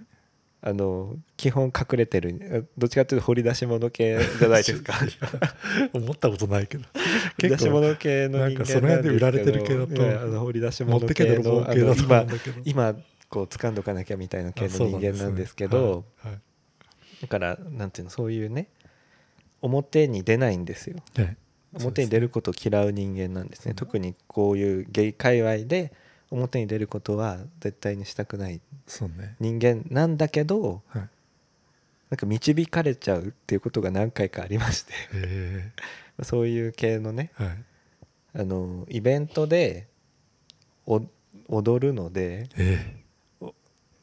Speaker 1: あの基本隠れてるあどっちかっていうと掘り出し物系じゃないですか
Speaker 2: 思ったことないけど
Speaker 1: 掘り 出し物系の
Speaker 2: なん
Speaker 1: 人
Speaker 2: か
Speaker 1: 間
Speaker 2: その辺で売られてる
Speaker 1: け
Speaker 2: 系だ
Speaker 1: ど
Speaker 2: と
Speaker 1: いやあの掘り出し
Speaker 2: 持っ
Speaker 1: 物
Speaker 2: てけ
Speaker 1: 系
Speaker 2: 泥棒
Speaker 1: のあ
Speaker 2: 系だ
Speaker 1: の
Speaker 2: と思う
Speaker 1: 今
Speaker 2: んだけど
Speaker 1: 今こう掴んどかなきゃみたいな系の
Speaker 2: あそう
Speaker 1: 人間
Speaker 2: ね
Speaker 1: なんですけど
Speaker 2: はいはい
Speaker 1: だからなんていうのそういうね表に出ないんですよ
Speaker 2: はい
Speaker 1: 表に出ることを嫌う人間なんですね特にこういうゲイ界隈で表に出ることは絶対にしたくない
Speaker 2: そうね
Speaker 1: 人間なんだけど
Speaker 2: はいへ
Speaker 1: なんか導かれちゃうっていうことが何回かありまして
Speaker 2: え
Speaker 1: そういう系のね
Speaker 2: はい
Speaker 1: あのイベントでお踊るので
Speaker 2: え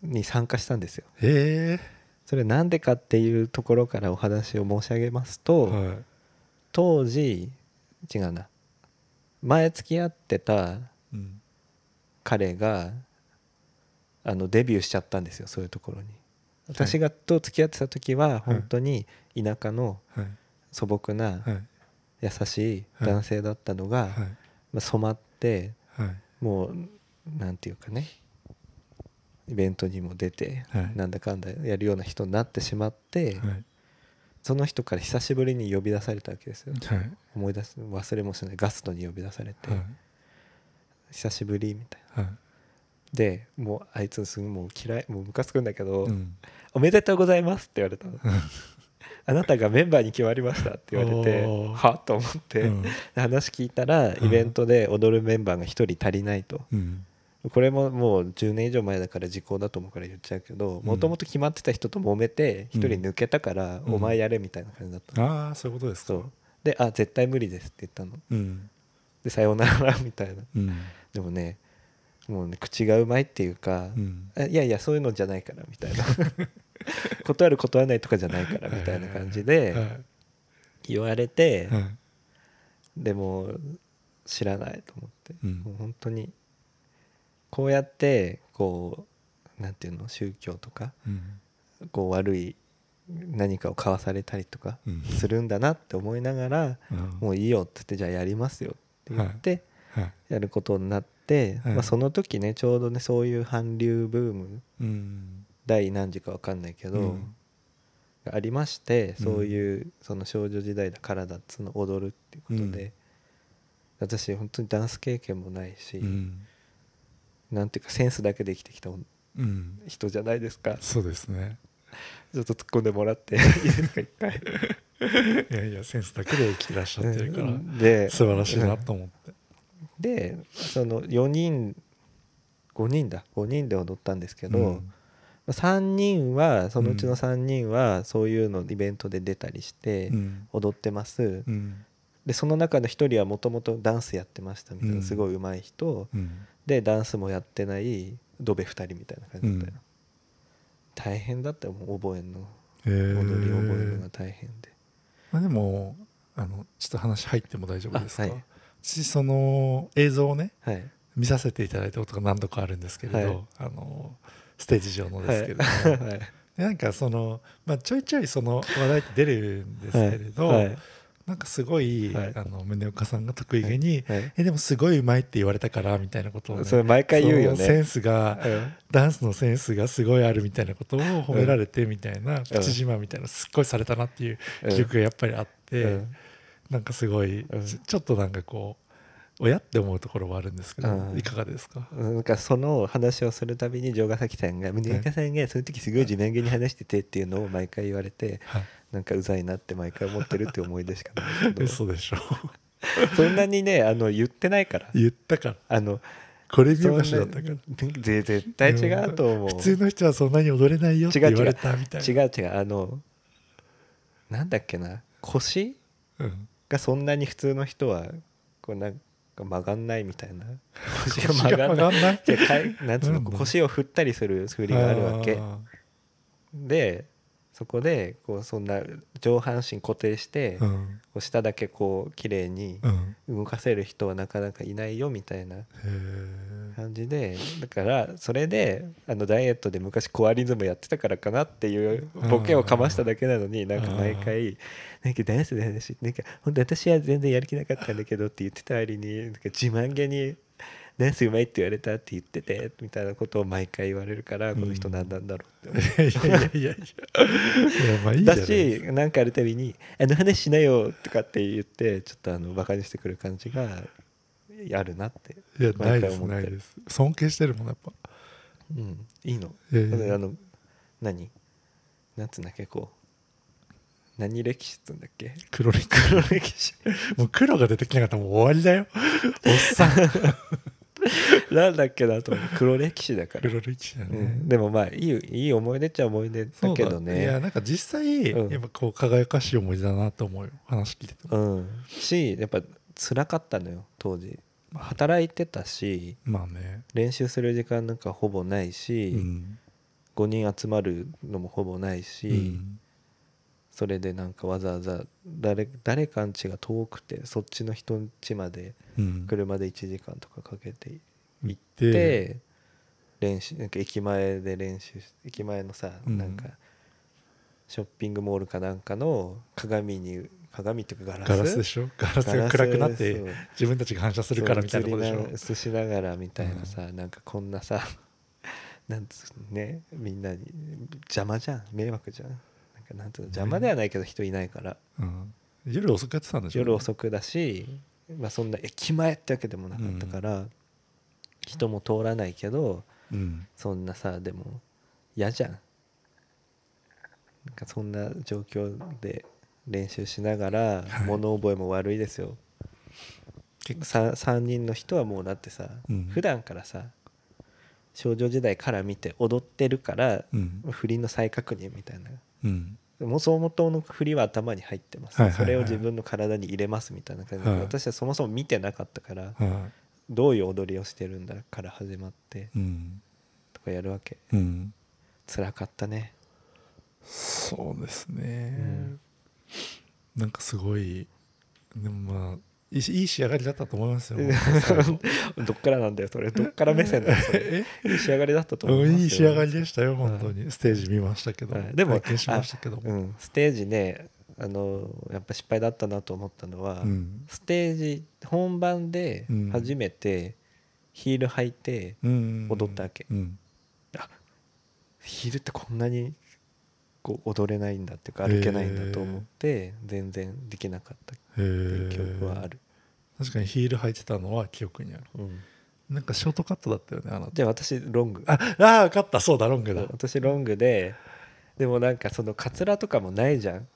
Speaker 1: に参加したんですよ
Speaker 2: ええ
Speaker 1: それなんでかっていうところからお話を申し上げます
Speaker 2: え
Speaker 1: と、
Speaker 2: はい
Speaker 1: 当時違うな前付き合ってた
Speaker 2: うん
Speaker 1: 彼があのデビューしちゃったんですよそういうところに私がと付き合ってた時は本当に田舎の
Speaker 2: はい
Speaker 1: 素朴な
Speaker 2: はい
Speaker 1: 優しい男性だったのが、
Speaker 2: はい
Speaker 1: まあ染まって
Speaker 2: はい
Speaker 1: もうなんていうかねイベントにも出て、
Speaker 2: はい
Speaker 1: なんだかんだやるような人になってしまって、
Speaker 2: はい
Speaker 1: その人から久しぶりに呼び出されたわけですよ
Speaker 2: はい
Speaker 1: 思い出す忘れもしないガストに呼び出されて、
Speaker 2: はい
Speaker 1: 久しぶりみたいな
Speaker 2: はい
Speaker 1: でもうあいつすぐもう嫌いもうムカつくんだけど、
Speaker 2: うん
Speaker 1: おめでとうございます」って言われたの「あなたがメンバーに決まりました」って言われて
Speaker 2: おー
Speaker 1: はっと思って、
Speaker 2: うん
Speaker 1: 話聞いたら
Speaker 2: うん
Speaker 1: イベントで踊るメンバーが1人足りないと、
Speaker 2: うん
Speaker 1: これももう10年以上前だから時効だと思うから言っちゃうけど
Speaker 2: ん
Speaker 1: もともと決まってた人と揉めて1人抜けたから「
Speaker 2: うん
Speaker 1: お前やれ」みたいな感じだったの、
Speaker 2: ああそういうことです
Speaker 1: そ
Speaker 2: か
Speaker 1: うで「あ絶対無理です」って言ったの
Speaker 2: うん
Speaker 1: で「さようなら」みたいな
Speaker 2: うん
Speaker 1: でもねもうね口がうまいっていうか、
Speaker 2: うん
Speaker 1: あいやいやそういうのじゃないからみたい な断る断らないとかじゃないからみたいな感じ
Speaker 2: はい
Speaker 1: で言われて、
Speaker 2: はい
Speaker 1: でも知らないと思って、
Speaker 2: うん
Speaker 1: もう本当にこうやってこうなんていうの宗教とか
Speaker 2: うん
Speaker 1: こう悪い何かを買わされたりとか
Speaker 2: うん
Speaker 1: するんだなって思いながら、
Speaker 2: うん
Speaker 1: もういいよって言ってじゃあやりますよって言って、
Speaker 2: はい
Speaker 1: やることになって、
Speaker 2: はい
Speaker 1: まあ、その時ねちょうどねそういう韓流ブーム
Speaker 2: うん
Speaker 1: 第何時か分かんないけど、
Speaker 2: うん
Speaker 1: ありましてそういうその少女時代だからだっつうの踊るっていうことで、
Speaker 2: うん
Speaker 1: 私本当にダンス経験もないし、
Speaker 2: うん
Speaker 1: なんていうかセンスだけで生きてきた
Speaker 2: うん
Speaker 1: 人じゃないですか
Speaker 2: そうですね
Speaker 1: ちょっと突っ込んでもらっていいですか一回。
Speaker 2: いやいやセンスだけで生きてらっしゃってるから
Speaker 1: で
Speaker 2: 素晴らしいなと思って
Speaker 1: でその4人5人だ5人で踊ったんですけ
Speaker 2: け
Speaker 1: ど、まあ3人はそのうち
Speaker 2: うん
Speaker 1: の3人はそういうのイベントで出たりして踊ってます、
Speaker 2: うん
Speaker 1: でその中の一人はもともとダンスやってましたみたいな、
Speaker 2: うん
Speaker 1: すごい上手い人
Speaker 2: うん
Speaker 1: でダンスもやってないドベ二人みたいな感じだったよ、大変だったよもう覚えんの
Speaker 2: へー
Speaker 1: 踊り覚えるのが大変で、
Speaker 2: まあ、でもあのちょっと話入っても大丈夫ですか、
Speaker 1: あはい
Speaker 2: 私その映像をね
Speaker 1: はい
Speaker 2: 見させていただいたことが何度かあるんですけれど、
Speaker 1: はい
Speaker 2: あのステージ上のですけれど、
Speaker 1: はいはい
Speaker 2: でなんかその、まあ、ちょいちょいその話題って出るんですけれど、
Speaker 1: はいはい
Speaker 2: なんかすごい、
Speaker 1: はい
Speaker 2: あの宗岡さんが得意げに、
Speaker 1: はい
Speaker 2: えでもすごいうまいって言われたからみたいなことをね、
Speaker 1: それ毎回言うよ
Speaker 2: そのセ
Speaker 1: ね
Speaker 2: ンスが
Speaker 1: うん
Speaker 2: ダンスのセンスがすごいあるみたいなことを褒められてみたいな、口自慢みたいなのすっごいされたなっていう記憶がやっぱりあって、
Speaker 1: うん
Speaker 2: なんかすごい、
Speaker 1: うん
Speaker 2: ちちょっとなんかこう親って思うところはあるんですけど、
Speaker 1: うん
Speaker 2: いかがですか、
Speaker 1: なんかその話をするたびに城ヶ崎さんが宗岡さんがその時すごい自慢げに話しててっていうのを毎回言われて
Speaker 2: はい、
Speaker 1: なんかうざいなって毎回思ってるって思い出しかない んです
Speaker 2: 嘘でしょ
Speaker 1: けどそんなにねあの言ってないから
Speaker 2: 言ったから
Speaker 1: あの
Speaker 2: これ見
Speaker 1: そん
Speaker 2: よ
Speaker 1: な
Speaker 2: かしだったから
Speaker 1: ぜ絶対違うと思う
Speaker 2: 普通の人はそんなに踊れないよって
Speaker 1: 違う違
Speaker 2: 言
Speaker 1: う
Speaker 2: われたみたいな
Speaker 1: 違う違うあのなんだっけな腰
Speaker 2: うん
Speaker 1: がそんなに普通の人はこうなんか曲がんないみたい な腰
Speaker 2: 腰が曲がんない
Speaker 1: じゃあかいなんつう
Speaker 2: な
Speaker 1: の
Speaker 2: んだ
Speaker 1: 腰を振ったりする振りがあるわけ
Speaker 2: あ
Speaker 1: でそこでこうそんな上半身固定して、
Speaker 2: ーう
Speaker 1: こ
Speaker 2: ん
Speaker 1: う下だけこう綺麗に
Speaker 2: うん
Speaker 1: 動かせる人はなかなかいないよみたいな
Speaker 2: へー
Speaker 1: 感じでだからそれであのダイエットで昔コアリズムやってたからかなっていうボケをかましただけなのになんか毎回「なんかダンスの話なんか本当私は全然やる気なかったんだけど」って言ってた割になんか自慢げに「ダンスうまいって言われた」って言っててみたいなことを毎回言われるからこの人何なんだろうって思う。
Speaker 2: いやいやいやいやいやまあいいじゃな
Speaker 1: だ
Speaker 2: いです
Speaker 1: しなんかあるたびに「あの話しなよ」とかって言ってちょっとあのバカにしてくる感じがあるなって
Speaker 2: かいやな
Speaker 1: 毎
Speaker 2: いです
Speaker 1: 回思っ
Speaker 2: な
Speaker 1: て
Speaker 2: い
Speaker 1: る
Speaker 2: です尊敬してるもんやっぱ
Speaker 1: うん、いいの。
Speaker 2: いやいや
Speaker 1: だからあの何なんつうんだっけこう何歴史っつうんだっけ
Speaker 2: 黒に
Speaker 1: 黒歴史
Speaker 2: もう黒が出てきなかったらもう終わりだよおっさん
Speaker 1: なんだっけなと思って黒歴史だから、
Speaker 2: 黒歴史だね、
Speaker 1: うん、でもまあいいいい思い出っちゃ思い出だけど
Speaker 2: そういや
Speaker 1: ね
Speaker 2: なんか実際、
Speaker 1: うん
Speaker 2: やっぱこう輝かしい思い出だなと思うよ話聞いてても、
Speaker 1: うんしやっぱ辛かったのよ当時働いてたし
Speaker 2: まあね、
Speaker 1: 練習する時間なんかほぼないうし、
Speaker 2: ん
Speaker 1: 5人集まるのもほぼないし、
Speaker 2: うん
Speaker 1: それでなんかわざわざ誰誰かんちが遠くてそっちの人んちまで
Speaker 2: うん、
Speaker 1: 車で1時間とかかけて
Speaker 2: 行っ
Speaker 1: で練習なんか駅前で練習し駅前のさ、
Speaker 2: うん
Speaker 1: なんかショッピングモールかなんかの鏡に鏡っていうかガラス
Speaker 2: ガラスでしょガラスが暗くなって
Speaker 1: そう
Speaker 2: 自分たちが反射するからみたいなことでし
Speaker 1: そう映
Speaker 2: ょ
Speaker 1: りな映しながらみたいなさ、なんかこんなさ なんつうのねみんなに邪魔じゃん迷惑じゃんなんかなんつうの邪魔ではないけど人いないから
Speaker 2: うん夜遅くやってたんでしょ
Speaker 1: 夜遅くだし、まあ、そんな駅前ってわけでもなかったから、人も通らないけど
Speaker 2: うん
Speaker 1: そんなさでも嫌じゃんなんかそんな状況で練習しながら物覚えも悪いですよ
Speaker 2: 結構
Speaker 1: 3, 三人の人はもうだってさ、
Speaker 2: うん
Speaker 1: 普段からさ少女時代から見て踊ってるから、
Speaker 2: うん
Speaker 1: 振りの再確認みたいな
Speaker 2: うん
Speaker 1: もうそもとの振りは頭に入ってます、
Speaker 2: はいはいはい
Speaker 1: それを自分の体に入れますみたいな感じで、
Speaker 2: はい
Speaker 1: 私はそもそも見てなかったから、
Speaker 2: は
Speaker 1: どういう踊りをしてるんだから始まって
Speaker 2: いうん
Speaker 1: とかやるわけ
Speaker 2: うん
Speaker 1: 辛かったね
Speaker 2: そうですね、
Speaker 1: うん
Speaker 2: なんかすごいでもまあいいいい仕上がりだったと思いますよ
Speaker 1: どっからなんだよ それどっから目線だよそれ
Speaker 2: え
Speaker 1: いい仕上がりだったと思いますよ
Speaker 2: いい仕上がりでしたよ本当にステージ見ましたけど
Speaker 1: はいでも
Speaker 2: 拝見しましたけど
Speaker 1: う
Speaker 2: も
Speaker 1: ん、ステージねあのやっぱ失敗だったなと思ったのは、
Speaker 2: うん
Speaker 1: ステージ本番で
Speaker 2: うん
Speaker 1: 初めてヒール履いて
Speaker 2: うん
Speaker 1: 踊ったわけ
Speaker 2: うん
Speaker 1: ヒールってこんなにこう踊れないんだっていうか歩けないんだと思って全然できなかったっ
Speaker 2: へ
Speaker 1: て
Speaker 2: ー
Speaker 1: いう記憶はある、
Speaker 2: 確かにヒール履いてたのは記憶にある
Speaker 1: うん
Speaker 2: なんかショートカットだったよねあなた
Speaker 1: じゃあ私ロング
Speaker 2: あ あ分かったそうだロングだ
Speaker 1: 私ロングででもなんかそのカツラとかもないじゃん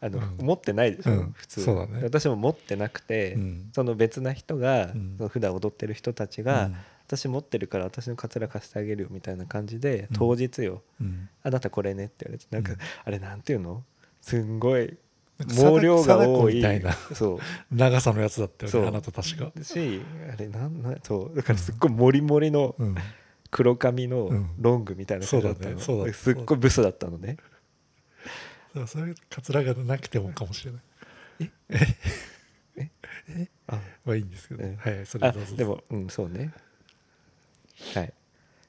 Speaker 1: あの、
Speaker 2: うん
Speaker 1: 持ってないでしょ、
Speaker 2: うん
Speaker 1: 普通
Speaker 2: そうだね
Speaker 1: 私も持ってなくて、
Speaker 2: うん
Speaker 1: その別な人が、
Speaker 2: うん
Speaker 1: その普段踊ってる人たちが、私持ってるから私のカツラ貸してあげるよみたいな感じで
Speaker 2: うん
Speaker 1: 当日よ、
Speaker 2: うん
Speaker 1: あなたこれねって言われてなんか、
Speaker 2: うん
Speaker 1: あれなんていうのすんごい
Speaker 2: なんか
Speaker 1: 毛量が
Speaker 2: 貞子
Speaker 1: 多い
Speaker 2: みたいな
Speaker 1: そ
Speaker 2: 長さのやつだったよ
Speaker 1: そう
Speaker 2: ねあなた確か、
Speaker 1: うしあれなんなんそうだからすっごいモリモリの
Speaker 2: うん、
Speaker 1: 黒髪の
Speaker 2: うん
Speaker 1: ロングみたいな感じだったの、
Speaker 2: そうだねそうだ
Speaker 1: すっごいブスだったのね
Speaker 2: そうそういうカツラがなくてもかもしれない
Speaker 1: あ
Speaker 2: まあいいんですけど、
Speaker 1: うん
Speaker 2: はいそれ
Speaker 1: あ
Speaker 2: どうぞ
Speaker 1: でもうんそうねはいっ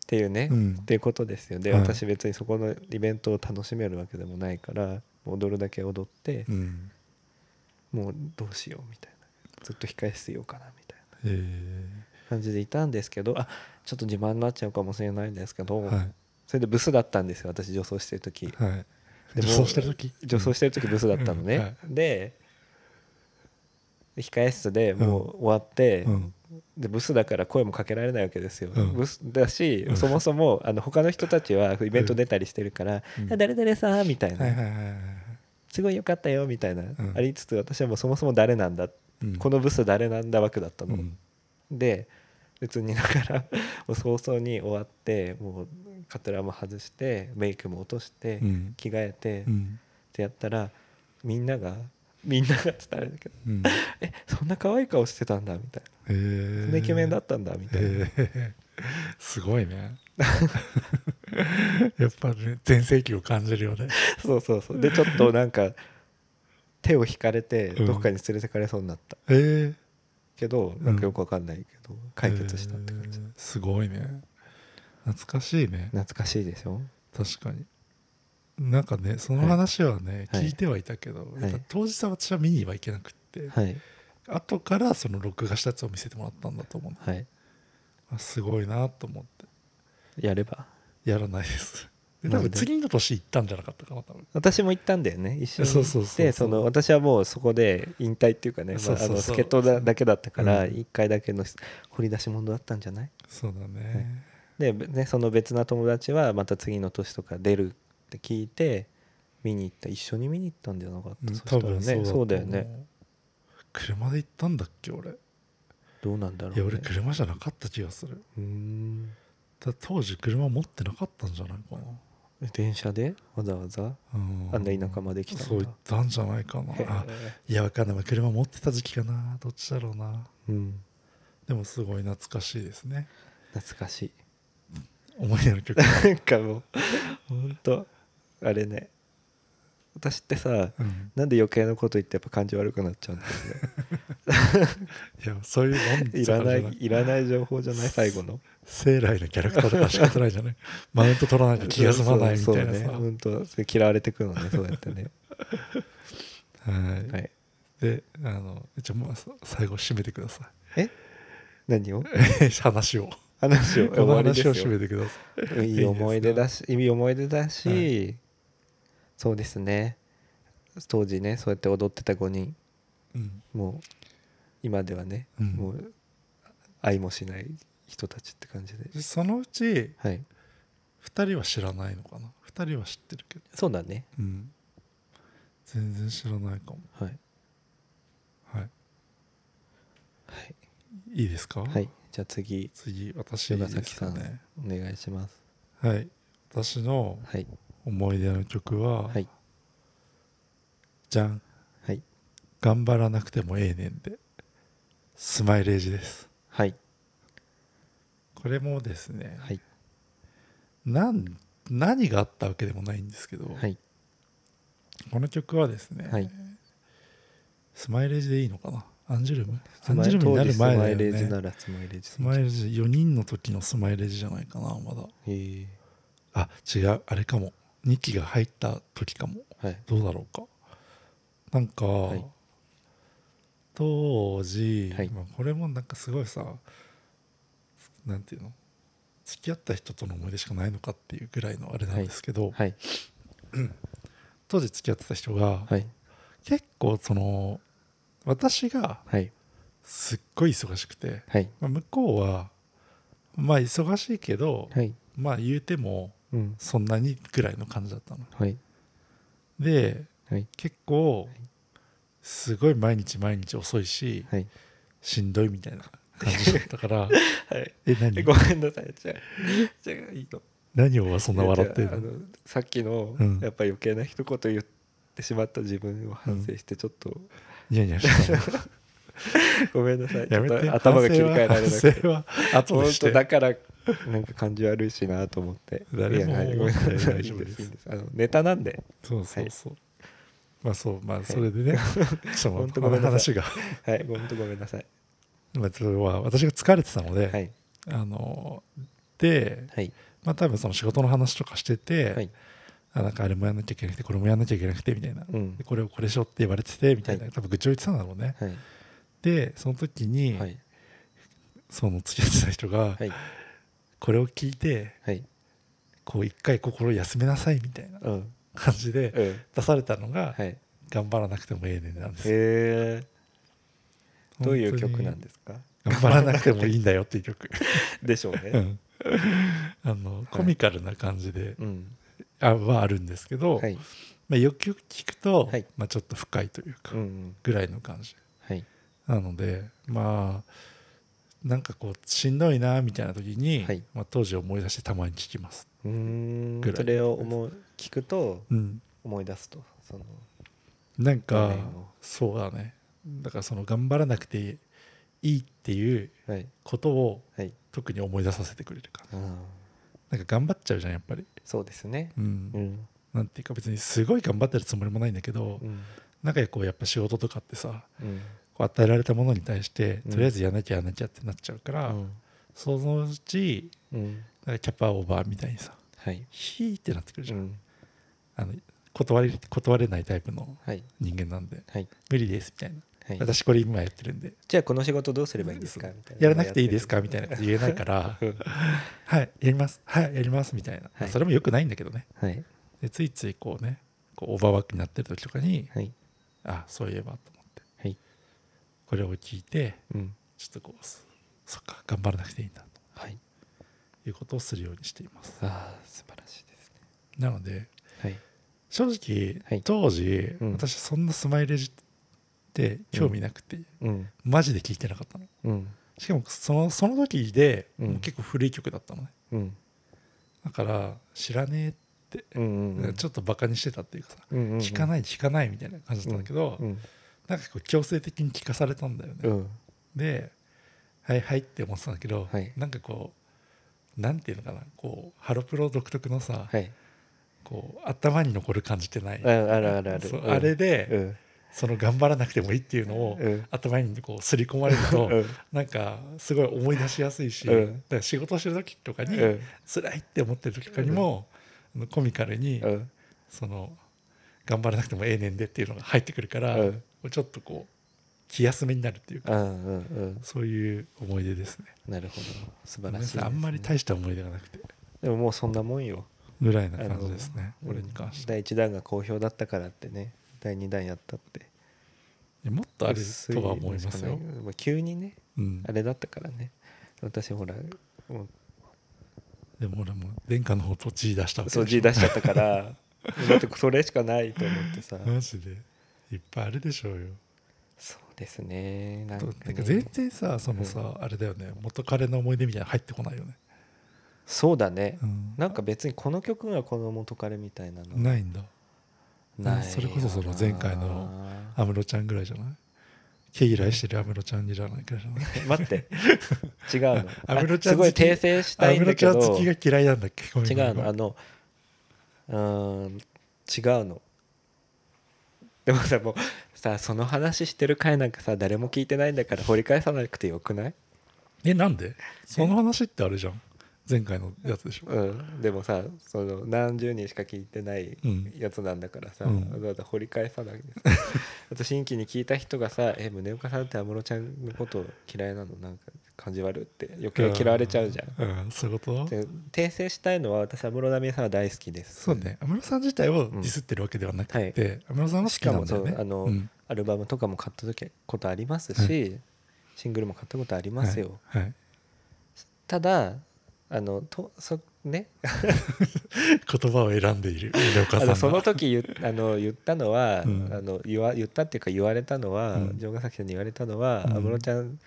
Speaker 1: ていうね、
Speaker 2: うん
Speaker 1: っていうことですよで、
Speaker 2: はい
Speaker 1: 私別にそこのイベントを楽しめるわけでもないから踊るだけ踊って
Speaker 2: う、ん
Speaker 1: もうどうしようみたいなずっと控え室いようかなみたいな
Speaker 2: えー
Speaker 1: 感じでいたんですけどあちょっと自慢になっちゃうかもしれないんですけど、
Speaker 2: はい
Speaker 1: それでブスだったんですよ私女装してる時
Speaker 2: は
Speaker 1: で
Speaker 2: い 女装してる時
Speaker 1: 女装してる時ブスだったのね、
Speaker 2: うんはい
Speaker 1: でで控室でもう終わって、
Speaker 2: うん
Speaker 1: でブスだから声もかけられないわけですよ、
Speaker 2: うん
Speaker 1: ブスだし、
Speaker 2: うん
Speaker 1: そもそもあの他の人たちはイベント出たりしてるから「
Speaker 2: うん
Speaker 1: あ誰々さん」みたいな、
Speaker 2: はいはいはいはいはい
Speaker 1: すごいよかったよ」みたいな、
Speaker 2: ん
Speaker 1: ありつつ私はもうそもそも誰なんだ、
Speaker 2: うん
Speaker 1: このブス誰なんだ枠だった
Speaker 2: う
Speaker 1: の、
Speaker 2: ん
Speaker 1: で別にだから もう早々に終わってもうカトラも外してメイクも落として、
Speaker 2: うん
Speaker 1: 着替えて、
Speaker 2: う
Speaker 1: っ
Speaker 2: ん
Speaker 1: てやったらみんながみんながって言ったらあれだけど
Speaker 2: うん
Speaker 1: 「えそんな可愛い顔してたんだ」みたいな「
Speaker 2: え
Speaker 1: そ
Speaker 2: ー
Speaker 1: んなイケメンだったんだ」みたいな。
Speaker 2: へえ すごいね やっぱね全盛期を感じるよね
Speaker 1: そうそうそうでちょっとなんか手を引かれて
Speaker 2: うん
Speaker 1: どっかに連れてかれそうになった、
Speaker 2: ええ
Speaker 1: けどなんかよくわかんないけど解決したって感じ、
Speaker 2: えーすごいね懐かしいね
Speaker 1: 懐かしいでしょ
Speaker 2: 確かになんかねその話はね、
Speaker 1: はい
Speaker 2: 聞いてはいたけど、
Speaker 1: い
Speaker 2: やっぱ当日は私は見にはいけなくって、
Speaker 1: はい
Speaker 2: 後からその録画したやつを見せてもらったんだと思う
Speaker 1: はい
Speaker 2: あすごいなと思って
Speaker 1: やれば
Speaker 2: やらないですで多
Speaker 1: な
Speaker 2: 分
Speaker 1: んで
Speaker 2: 次の年行ったんじゃなかったかな多分
Speaker 1: 私も行ったんだよね一緒に
Speaker 2: そうそうそうそう
Speaker 1: でその私はもうそこで引退っていうかねまあ
Speaker 2: そうそう
Speaker 1: あの
Speaker 2: そう
Speaker 1: 助っ人だだけだったから
Speaker 2: うん
Speaker 1: 一回だけの掘り出し物だったんじゃない
Speaker 2: そうだね、
Speaker 1: で、ね、その別な友達はまた次の年とか出るって聞いて見に行った一緒に見に行ったんじゃなかった、
Speaker 2: うん
Speaker 1: そしたらねそうだ
Speaker 2: と
Speaker 1: よ
Speaker 2: 思
Speaker 1: ね
Speaker 2: う車で行ったんだっけ俺
Speaker 1: どうなんだろう、
Speaker 2: い
Speaker 1: ね、
Speaker 2: や俺車じゃなかった気がする
Speaker 1: うーん
Speaker 2: だ当時車持ってなかったんじゃないかな
Speaker 1: 電車でわざわざ
Speaker 2: うん
Speaker 1: あんな田舎まで来た
Speaker 2: そうん行
Speaker 1: だ
Speaker 2: ったんじゃないかな
Speaker 1: へ
Speaker 2: あいやわかんない車持ってた時期かなどっちだろうな
Speaker 1: えうん
Speaker 2: でもすごい懐かしいですね
Speaker 1: 懐かしい
Speaker 2: 思い出の曲
Speaker 1: なんかもうほんとあれね私ってさ
Speaker 2: うん
Speaker 1: なんで余計なこと言ってやっぱ感じ悪くなっちゃ うんですね
Speaker 2: いやそういうもん
Speaker 1: い
Speaker 2: だ
Speaker 1: ら
Speaker 2: か
Speaker 1: な
Speaker 2: ら
Speaker 1: い
Speaker 2: じゃない
Speaker 1: いらない情報じゃない最後の
Speaker 2: 生来のキャラクターとか仕方ないじゃ ないマウント取らなきゃ 気が済まないみた
Speaker 1: そう
Speaker 2: いな
Speaker 1: そう
Speaker 2: さ、
Speaker 1: ね本当それ嫌われてくのねそうやって ね
Speaker 2: はい、
Speaker 1: はい
Speaker 2: であのじゃあもうさ最後締めてくださ
Speaker 1: え何 を
Speaker 2: い 話を
Speaker 1: 話を
Speaker 2: こ
Speaker 1: 終
Speaker 2: の
Speaker 1: わりで
Speaker 2: 話を
Speaker 1: す
Speaker 2: 締
Speaker 1: よ
Speaker 2: めてくださ
Speaker 1: いい思い出だしいい思い出だし、そうですね当時ねそうやって踊ってた5人
Speaker 2: い、うん
Speaker 1: もう今ではね、
Speaker 2: うん
Speaker 1: もう愛もしない人たちって感じで、
Speaker 2: でそのうち
Speaker 1: はい、
Speaker 2: 2人は知らないのかな2人は知ってるけど、
Speaker 1: そうだね、
Speaker 2: うん、全然知らないかも
Speaker 1: はい
Speaker 2: は
Speaker 1: はい
Speaker 2: いいいですか
Speaker 1: いはい、じゃあ次
Speaker 2: 次私
Speaker 1: 長
Speaker 2: で
Speaker 1: 崎
Speaker 2: す
Speaker 1: さ
Speaker 2: か
Speaker 1: ん、
Speaker 2: ね
Speaker 1: お願いします
Speaker 2: はい私の
Speaker 1: はい
Speaker 2: 思い出の曲は、
Speaker 1: はい
Speaker 2: じゃん
Speaker 1: はい
Speaker 2: 頑張らなくてもええねんでスマイレージです
Speaker 1: はい
Speaker 2: これもですね、
Speaker 1: はい
Speaker 2: なん何があったわけでもないんですけど、
Speaker 1: はい
Speaker 2: この曲はですね、
Speaker 1: はい
Speaker 2: スマイレージでいいのかなアンジュルムア
Speaker 1: ス
Speaker 2: ン
Speaker 1: マイ
Speaker 2: ジュルムになる
Speaker 1: 当時
Speaker 2: 前
Speaker 1: ス
Speaker 2: だ
Speaker 1: マイ
Speaker 2: よ
Speaker 1: レージ
Speaker 2: ね
Speaker 1: ならスマイレージ
Speaker 2: スマイレージ4人の時のスマイレージじゃないかなまだ
Speaker 1: へ
Speaker 2: あ違うあれかも2期が入った時かも
Speaker 1: えはい
Speaker 2: どうだろうかなんか、
Speaker 1: い
Speaker 2: 当時、
Speaker 1: はい
Speaker 2: まあ、これもなんかすごいさなんていうの付き合った人との思い出しかないのかっていうぐらいのあれなんですけど、
Speaker 1: はい
Speaker 2: 当時付き合ってた人が、
Speaker 1: はい
Speaker 2: 結構その私が
Speaker 1: はい
Speaker 2: すっごい忙しくて、
Speaker 1: はい
Speaker 2: まあ、向こうはまあ忙しいけど、
Speaker 1: はい
Speaker 2: まあ言うても
Speaker 1: うん
Speaker 2: そんなにぐらいの感じだったの。
Speaker 1: はい
Speaker 2: で
Speaker 1: はい
Speaker 2: 結構すごい毎日毎日遅いし、
Speaker 1: はい
Speaker 2: しんどいみたいな感じだったから
Speaker 1: はい
Speaker 2: え
Speaker 1: え
Speaker 2: 何
Speaker 1: ごめんなさいじゃあじゃあいいの
Speaker 2: 何をそんな笑って
Speaker 1: いや
Speaker 2: る
Speaker 1: じゃああ
Speaker 2: の
Speaker 1: のさっきの
Speaker 2: うん
Speaker 1: やっぱ余計な一言言っってしまった自分を反省してちょっと、
Speaker 2: ニヤニヤしてたの
Speaker 1: ごめんなさいち
Speaker 2: や
Speaker 1: ょっ
Speaker 2: めて
Speaker 1: と頭が切り替えられなく
Speaker 2: 反
Speaker 1: て
Speaker 2: 省は反省は 後
Speaker 1: 本
Speaker 2: でし
Speaker 1: 当
Speaker 2: て
Speaker 1: だからなんか感じ悪いしなと思って
Speaker 2: 誰も
Speaker 1: いやはいごめんなさい
Speaker 2: 大
Speaker 1: い
Speaker 2: 丈
Speaker 1: い
Speaker 2: 夫
Speaker 1: で
Speaker 2: ですす
Speaker 1: いいですあのネタなんで
Speaker 2: そうそうそう、まあそうまあそれでね、ちょ
Speaker 1: ほ
Speaker 2: っ
Speaker 1: ん
Speaker 2: と
Speaker 1: と
Speaker 2: ま
Speaker 1: ご
Speaker 2: あ
Speaker 1: めんなさ
Speaker 2: 話が
Speaker 1: はい本当ごめんなさい
Speaker 2: まあそれは私が疲れてたので、
Speaker 1: はい
Speaker 2: あので
Speaker 1: はい
Speaker 2: まあ多分その仕事の話とかしてて、
Speaker 1: はい
Speaker 2: あなんかあれもやんなきゃいけなくてこれもやんなきゃいけなくてみたいな、
Speaker 1: うん
Speaker 2: でこれをこれしろって言われててみたいな、
Speaker 1: はい
Speaker 2: 多分愚痴を言ってたんだろうね
Speaker 1: はい
Speaker 2: でその時に、
Speaker 1: はい
Speaker 2: その付き合ってた人が
Speaker 1: はい
Speaker 2: これを聞いて
Speaker 1: はい
Speaker 2: こう一回心休めなさいみたいな
Speaker 1: うん
Speaker 2: 感じで
Speaker 1: うん
Speaker 2: 出されたのが
Speaker 1: はいへ
Speaker 2: 「頑張らなくてもええねん」なんですよ
Speaker 1: えどういう曲なん
Speaker 2: す
Speaker 1: ですか
Speaker 2: 頑張らなくてもいいんだよっていう曲
Speaker 1: でしょう
Speaker 2: う
Speaker 1: ね
Speaker 2: んあのコミカルな感じで、
Speaker 1: うん
Speaker 2: あはあるんですけど、
Speaker 1: はい
Speaker 2: まあ、よくよく聞くと、
Speaker 1: はい
Speaker 2: まあ、ちょっと深いというか、
Speaker 1: うんうん
Speaker 2: ぐらいの感じ
Speaker 1: はい
Speaker 2: なのでまあなんかこうしんどいなみたいな時に、
Speaker 1: はい
Speaker 2: まあ、当時を思い出してたまに聞きます、
Speaker 1: うー
Speaker 2: ぐ
Speaker 1: ん
Speaker 2: らい
Speaker 1: それを思う聞くと
Speaker 2: うん、
Speaker 1: 思い出すとその
Speaker 2: なん
Speaker 1: 場
Speaker 2: か
Speaker 1: 面を
Speaker 2: そうだねだからその頑張らなくていいっていう
Speaker 1: はい
Speaker 2: ことを
Speaker 1: はい
Speaker 2: 特に思い出させてくれるか
Speaker 1: うん
Speaker 2: ななんか頑張っちゃうじゃんやっぱり、
Speaker 1: そうですね
Speaker 2: うん
Speaker 1: うん
Speaker 2: なんていうか別にすごい頑張ってるつもりもないんだけど、
Speaker 1: うん
Speaker 2: なんかこうやっぱ仕事とかってさ
Speaker 1: うん
Speaker 2: こう与えられたものに対して
Speaker 1: うん
Speaker 2: とりあえずやらなきゃやらなきゃってなっちゃうから、
Speaker 1: うん
Speaker 2: そのうち
Speaker 1: うん
Speaker 2: なんかキャパオーバーみたいにさ
Speaker 1: はい
Speaker 2: ヒーってなってくるじ
Speaker 1: う
Speaker 2: ゃん、
Speaker 1: ん
Speaker 2: あの断れ断れないタイプの
Speaker 1: はい
Speaker 2: 人間なんで
Speaker 1: はい
Speaker 2: 無理ですみたいな、
Speaker 1: はい
Speaker 2: 私これ今やってるんで
Speaker 1: じゃあこの仕事どうすればいいんですかみたいな
Speaker 2: やらなくていいですかみたいなこと言えない から
Speaker 1: うん
Speaker 2: はいやりますはいやりますみたいな、
Speaker 1: はい
Speaker 2: それもよくないんだけどね
Speaker 1: はい
Speaker 2: でついついこうねこうオーバーワークになってる時とかに
Speaker 1: はい
Speaker 2: あそういえばと思って
Speaker 1: はい
Speaker 2: これを聞いて
Speaker 1: うん
Speaker 2: ちょっとこうそそっか頑張らなくていいんだ
Speaker 1: はい
Speaker 2: ということをするようにしています
Speaker 1: ああ素晴らしいですね
Speaker 2: なので
Speaker 1: はい
Speaker 2: 正直、
Speaker 1: はい
Speaker 2: 当時、
Speaker 1: うん
Speaker 2: 私そんなスマイレージって興味なくて、
Speaker 1: うん
Speaker 2: マジで聞いてなかったの
Speaker 1: うん
Speaker 2: しかもそのその時で、
Speaker 1: うん
Speaker 2: もう結構古い曲だったのね
Speaker 1: うん
Speaker 2: だから知らねえって、
Speaker 1: うんうん
Speaker 2: ちょっとバカにしてたっていうかさ、
Speaker 1: うんうん
Speaker 2: 聞か
Speaker 1: い
Speaker 2: ない聞かないみたいな感じだったんだけど、
Speaker 1: うん
Speaker 2: なんかこう強制的に聞かされたんだよね、
Speaker 1: うん
Speaker 2: ではいはいって思ってたんだけど、
Speaker 1: はい
Speaker 2: なんかこうなんていうのかなこうハロプロ独特のさ、
Speaker 1: はい
Speaker 2: こう頭に残る感じってない
Speaker 1: ああるあるある
Speaker 2: そう
Speaker 1: うん
Speaker 2: あれで、
Speaker 1: うん
Speaker 2: その頑張らなくてもいいっていうのを、
Speaker 1: うん
Speaker 2: 頭にこう刷り込まれると、
Speaker 1: うん
Speaker 2: なんかすごい思い出しやすいし、
Speaker 1: うん
Speaker 2: だから仕事してる時とかに、
Speaker 1: うん
Speaker 2: 辛いって思ってる時とかにも、あのコミカルに、
Speaker 1: うん
Speaker 2: その頑張らなくてもええねんでっていうのが入ってくるから、
Speaker 1: うん
Speaker 2: ちょっとこう気休めになるっていうか、
Speaker 1: うんうんうん
Speaker 2: そういう思い出ですね
Speaker 1: なるほど素晴
Speaker 2: ごめ
Speaker 1: ら
Speaker 2: ん
Speaker 1: しい
Speaker 2: な
Speaker 1: です
Speaker 2: さ
Speaker 1: ね
Speaker 2: いあんまり大した思い出がなくて
Speaker 1: でももうそんなもんよ
Speaker 2: ぐらいな感じですね
Speaker 1: あの
Speaker 2: これに関して、
Speaker 1: 第1弾が好評だったからってね第2弾やったって
Speaker 2: もっとあるとは思います
Speaker 1: 薄い
Speaker 2: よ、
Speaker 1: のしかないまあ急にね
Speaker 2: うん
Speaker 1: あ、れだったからね私ほらもう
Speaker 2: でも俺も殿下の方と G 出したわけでし
Speaker 1: 掃
Speaker 2: ょ
Speaker 1: 除出しちゃったから だってそれしかないと思ってさ
Speaker 2: マジでいっぱいあるでしょうよ
Speaker 1: そうですねなん
Speaker 2: と
Speaker 1: か,、
Speaker 2: な
Speaker 1: ね
Speaker 2: んか全然さそのさ、あれだよね元彼の思い出みたいなの入ってこないよね、
Speaker 1: そうだね、
Speaker 2: うん
Speaker 1: なんか別にこの曲がこの元彼みたいなの
Speaker 2: ないんだ
Speaker 1: ない
Speaker 2: それこそその前回の
Speaker 1: あ
Speaker 2: 安室ちゃんぐらいじゃない毛嫌いしてる安室ちゃんぐらいじゃない
Speaker 1: ー待 って違うの
Speaker 2: 安室ちゃ
Speaker 1: あす
Speaker 2: ん好き
Speaker 1: ごい訂正したい
Speaker 2: 安
Speaker 1: んだけ
Speaker 2: 室ちゃん
Speaker 1: ど
Speaker 2: 好きが嫌いなんだっけごめん
Speaker 1: 違
Speaker 2: ごめん
Speaker 1: うのあのうーん違うのでもさもうさその話してる回なんかさ誰も聞いてないんだから掘り返さなくてよくない
Speaker 2: えなんでその話ってあれじゃん前回のやつでしょ
Speaker 1: うんでもさその何十人しか聞いてない
Speaker 2: うん
Speaker 1: やつなんだからさ、
Speaker 2: うん
Speaker 1: わざわざ掘り返さないでさ あと新規に聞いた人がさ「え宗岡さんって安室ちゃんのこと嫌いなのなんか感じ悪い」って余計嫌われちゃうじゃん。
Speaker 2: ん、うん、そういうこと
Speaker 1: で訂正したいのは私安室奈美恵さんは大好きです。
Speaker 2: そうね安室さん自体をディスってるわけではなくて、
Speaker 1: う
Speaker 2: 安室さんは好
Speaker 1: し
Speaker 2: きな
Speaker 1: か
Speaker 2: ん
Speaker 1: も
Speaker 2: だ
Speaker 1: そ
Speaker 2: よ
Speaker 1: う
Speaker 2: ね
Speaker 1: あの、
Speaker 2: うん
Speaker 1: アルバムとかも買った時ことありますし、シングルも買ったことありますよ、
Speaker 2: はいはい
Speaker 1: ただあのとそね
Speaker 2: 言葉を選んでいる米岡
Speaker 1: あ
Speaker 2: さん
Speaker 1: の
Speaker 2: が
Speaker 1: その時言あの言った のは、
Speaker 2: うん
Speaker 1: あの言わ言ったっていうか言われたのは、
Speaker 2: うん
Speaker 1: 城ヶ崎さんに言われたのは
Speaker 2: うん
Speaker 1: 安室、ちゃん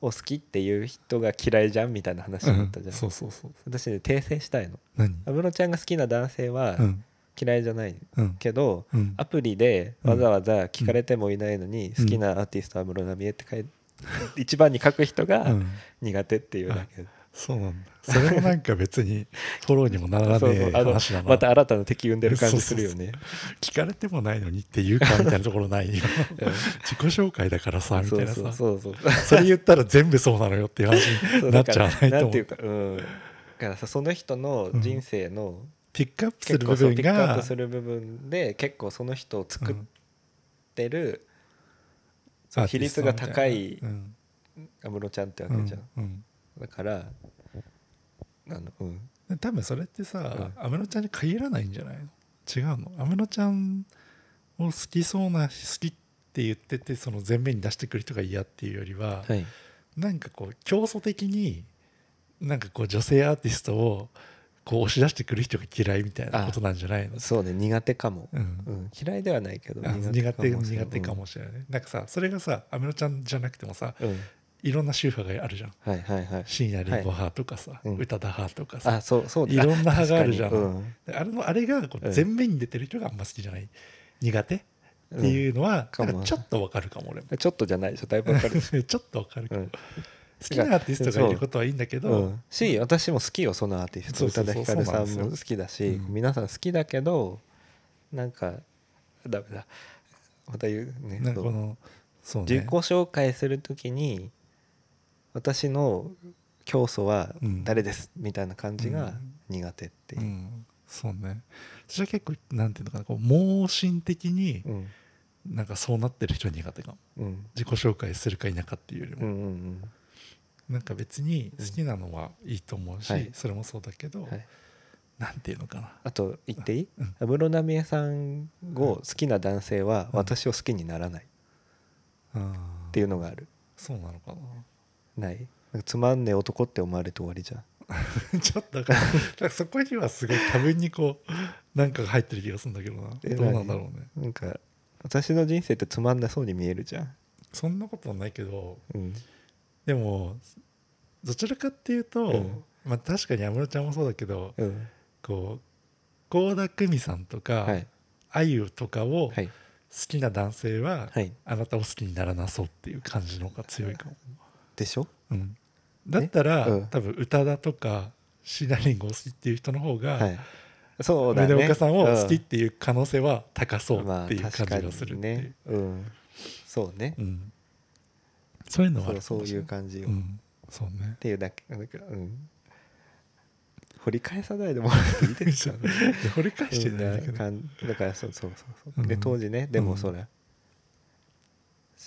Speaker 1: を好きっていう人が嫌いじゃんみたいな話だったじゃん、
Speaker 2: うんそうそうそう
Speaker 1: 私ね訂正したいの
Speaker 2: 何
Speaker 1: 安室ちゃんが好きな男性は、
Speaker 2: うん
Speaker 1: 嫌いじゃない
Speaker 2: うん
Speaker 1: けど
Speaker 2: うん
Speaker 1: アプリでわざわざ聞かれてもいないのに、
Speaker 2: うん
Speaker 1: 好きなアーティストは安室奈美恵って書 い一番に書く人
Speaker 2: う
Speaker 1: が
Speaker 2: ん
Speaker 1: 苦手っていうだけ、
Speaker 2: そうなんだそれもなんか 別にフォローにもなら
Speaker 1: そう
Speaker 2: ね
Speaker 1: そう
Speaker 2: え
Speaker 1: あの
Speaker 2: 話だな
Speaker 1: また新たな敵生んでる感じするよね
Speaker 2: 聞かれてもないのにっていうかみたいなところないよ
Speaker 1: うん
Speaker 2: 自己紹介だからさみた
Speaker 1: そ
Speaker 2: いうな
Speaker 1: そう
Speaker 2: さ
Speaker 1: そうそう
Speaker 2: それ言ったら全部そうなのよっていう話
Speaker 1: そ
Speaker 2: に
Speaker 1: う
Speaker 2: な
Speaker 1: だ
Speaker 2: っ
Speaker 1: か
Speaker 2: ちゃ
Speaker 1: ら
Speaker 2: わないと
Speaker 1: なんて
Speaker 2: 思
Speaker 1: いう
Speaker 2: う
Speaker 1: かうんだからさその人の人生の
Speaker 2: ピックアップす
Speaker 1: 結
Speaker 2: る
Speaker 1: 構
Speaker 2: 部
Speaker 1: そう
Speaker 2: 分
Speaker 1: ピックアッ
Speaker 2: が
Speaker 1: プする部分で結構その人を作ってる
Speaker 2: うん
Speaker 1: 比率が高い
Speaker 2: うん
Speaker 1: 安室ちゃんってわ
Speaker 2: う
Speaker 1: け
Speaker 2: ん
Speaker 1: じゃん
Speaker 2: うん
Speaker 1: だからあのうん
Speaker 2: で多分それってさ安室ちゃんに限らないんじゃないの違うの安室ちゃんを好きそうな好きって言っててその前面に出してくる人が嫌っていうよりは、
Speaker 1: はい
Speaker 2: なんかこう競争的になんかこう女性アーティストをこう押し出してくる人が嫌いみたいなことなんじゃないの
Speaker 1: そうね苦手かも
Speaker 2: うん
Speaker 1: うん嫌いではないけど
Speaker 2: あ苦手
Speaker 1: しれな
Speaker 2: 苦
Speaker 1: い
Speaker 2: 手かもしれないねなんかさそれがさ安室ちゃんじゃなくてもさ
Speaker 1: うんうん
Speaker 2: いろんな宗派があるじゃん
Speaker 1: はいはいはい
Speaker 2: 深夜レンゴ派とかさ
Speaker 1: うん
Speaker 2: 宇多田派とかさ
Speaker 1: あそうそうだ
Speaker 2: いろんな派があるじゃん
Speaker 1: 確かにうん
Speaker 2: あれのあれがこ
Speaker 1: う
Speaker 2: うん前面に出てる人があんま好きじゃない苦手っていうのは
Speaker 1: うん
Speaker 2: なんかちょっとわかるかも俺も
Speaker 1: ちょっとじゃないでしょだいぶわかる でし
Speaker 2: ちょっとわかる
Speaker 1: ょ
Speaker 2: か
Speaker 1: う
Speaker 2: も
Speaker 1: ん
Speaker 2: 好きなアーティストがいることはいいんだけ
Speaker 1: う
Speaker 2: ど
Speaker 1: ん、し私も好きよそのアーティスト
Speaker 2: そう
Speaker 1: 宇
Speaker 2: そ
Speaker 1: 多
Speaker 2: う
Speaker 1: 田
Speaker 2: そう
Speaker 1: ヒカルさん
Speaker 2: そうなん
Speaker 1: も
Speaker 2: で
Speaker 1: 好
Speaker 2: す
Speaker 1: きだし、
Speaker 2: うん
Speaker 1: 皆さん好きだけどなんかダメだまた言うね
Speaker 2: なん
Speaker 1: そ
Speaker 2: か
Speaker 1: う
Speaker 2: このそう
Speaker 1: 自
Speaker 2: ね
Speaker 1: 己紹介するときに私の教祖は誰です、みたいな感じが苦手っていうう、
Speaker 2: ん、そうねそれは結構なんていうのかなこう盲信的に
Speaker 1: うん
Speaker 2: なんかそうなってる人は苦手かも
Speaker 1: うん、
Speaker 2: 自己紹介するか否かっていうより
Speaker 1: うんう
Speaker 2: も、
Speaker 1: んうん
Speaker 2: なんか別に好きなのはいいと思うし、
Speaker 1: はい
Speaker 2: それもそうだけど、
Speaker 1: はい、
Speaker 2: なんていうのかな
Speaker 1: あと言っていい
Speaker 2: うん
Speaker 1: 安室奈美恵さんを好きな男性は私を好きにならない
Speaker 2: あ
Speaker 1: って
Speaker 2: ー
Speaker 1: いうのがある
Speaker 2: そうなの か
Speaker 1: ないなんかつまんねえ男って思われて終わりじゃん
Speaker 2: なちょっとだからだからそこにはすごい多分にこうなんかが入ってる気がするんだけどな
Speaker 1: え
Speaker 2: どうなんだろうね
Speaker 1: なんか私の人生ってつまんなそうに見えるじゃん。
Speaker 2: そんなことはないけど
Speaker 1: うん、
Speaker 2: でもどちらかっていうと、
Speaker 1: うん
Speaker 2: まあ確かに安室ちゃんもそうだけど
Speaker 1: うん、
Speaker 2: こう倖田來未さんとか、
Speaker 1: はい
Speaker 2: あゆとかを好
Speaker 1: はい
Speaker 2: きな男性は、
Speaker 1: はい
Speaker 2: あなたを好きにならなそうっていう感じの方が強いかも、
Speaker 1: でしょ？
Speaker 2: うんだったら、
Speaker 1: うん
Speaker 2: 多分宇多田とかシナリンゴを好きっていう人の方が、
Speaker 1: はい。そうだね。
Speaker 2: 宗岡さんを好きっ
Speaker 1: うん
Speaker 2: ていう可能性は高そうっていう
Speaker 1: ま
Speaker 2: 感
Speaker 1: あ
Speaker 2: じがするっていう、
Speaker 1: 確かにね。うん。そうね
Speaker 2: う。ん、そういうの
Speaker 1: そ
Speaker 2: はあ
Speaker 1: う
Speaker 2: るか
Speaker 1: そう
Speaker 2: もし
Speaker 1: い
Speaker 2: れ
Speaker 1: う
Speaker 2: ない
Speaker 1: 感じよ。
Speaker 2: う
Speaker 1: っ
Speaker 2: んそう ね
Speaker 1: ていうだけなんかうん。掘り返さないでもらっていいですか
Speaker 2: 掘り返 して
Speaker 1: うん
Speaker 2: ないんだけど、
Speaker 1: かんだからそうそうそうそう。で
Speaker 2: うん
Speaker 1: 当時ねで
Speaker 2: う
Speaker 1: も
Speaker 2: ん
Speaker 1: そら。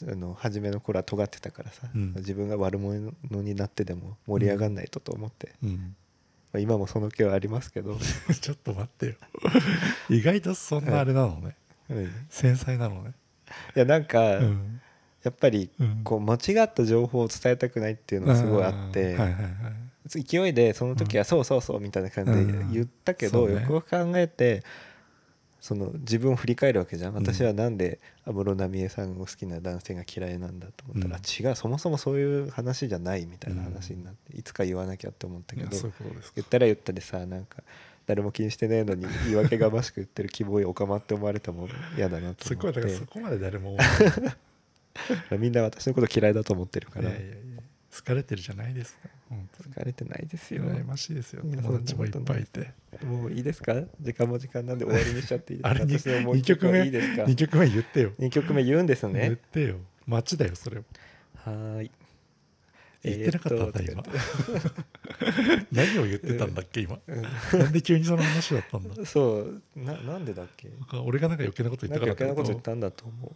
Speaker 1: あの初めの頃は尖ってたからさ、
Speaker 2: うん
Speaker 1: 自分が悪者になってでも盛り上がんないとと思って、
Speaker 2: うん
Speaker 1: まあ今もその気はありますけど、
Speaker 2: ちょっと待ってよ意外とそんなあれなのね
Speaker 1: うんい
Speaker 2: 繊細なのね
Speaker 1: やなんか、
Speaker 2: うん
Speaker 1: やっぱり
Speaker 2: うん
Speaker 1: こう間違った情報を伝えたくないっていうのがすごいあって
Speaker 2: ーはいはいはい
Speaker 1: 勢いでその時は「そうそうそう」みたいな感じで
Speaker 2: うん
Speaker 1: 言ったけど、
Speaker 2: そうね
Speaker 1: よくよく考えてその自分を振り返るわけじゃん
Speaker 2: うん
Speaker 1: 私はなんで安室奈美恵さんを好きな男性が嫌いなんだと思ったら、
Speaker 2: うん
Speaker 1: 違うそもそもそういう話じゃないみたいな話になって、いつか言わなきゃって思った
Speaker 2: い
Speaker 1: け
Speaker 2: や
Speaker 1: ど
Speaker 2: そういうことですか
Speaker 1: 言ったら言ったでさなんか誰も気にしてないのに言い訳がましく言ってる希望いおかまって思われたもん嫌だなと
Speaker 2: すご
Speaker 1: 思
Speaker 2: い
Speaker 1: って
Speaker 2: だからそこまで誰も思わない
Speaker 1: みんな私のこと嫌いだと思ってるか
Speaker 2: い
Speaker 1: ら
Speaker 2: やいやいや好かれてるじゃないですか本当に
Speaker 1: 疲れてないですよ
Speaker 2: 羨ましいですよ
Speaker 1: いや
Speaker 2: 友達もいっぱいいて
Speaker 1: もういいですか時間も時間なんで終わりにしちゃっていいですか
Speaker 2: あれに
Speaker 1: 私の思い
Speaker 2: 2曲目
Speaker 1: いいですか
Speaker 2: 二曲目言ってよ
Speaker 1: 2曲目言うんです
Speaker 2: 言っ
Speaker 1: ね
Speaker 2: てよ街だよそれも
Speaker 1: はーい
Speaker 2: 言ってなかったんだ
Speaker 1: えー
Speaker 2: 今
Speaker 1: と
Speaker 2: 何を言ってたんだっけ今
Speaker 1: う
Speaker 2: なんで急にその話だったんだ
Speaker 1: んそうななんでだっけ
Speaker 2: なんか俺がなんか余計なこと言
Speaker 1: なん
Speaker 2: っ
Speaker 1: か
Speaker 2: たから
Speaker 1: 余計なこと言ったんだと思う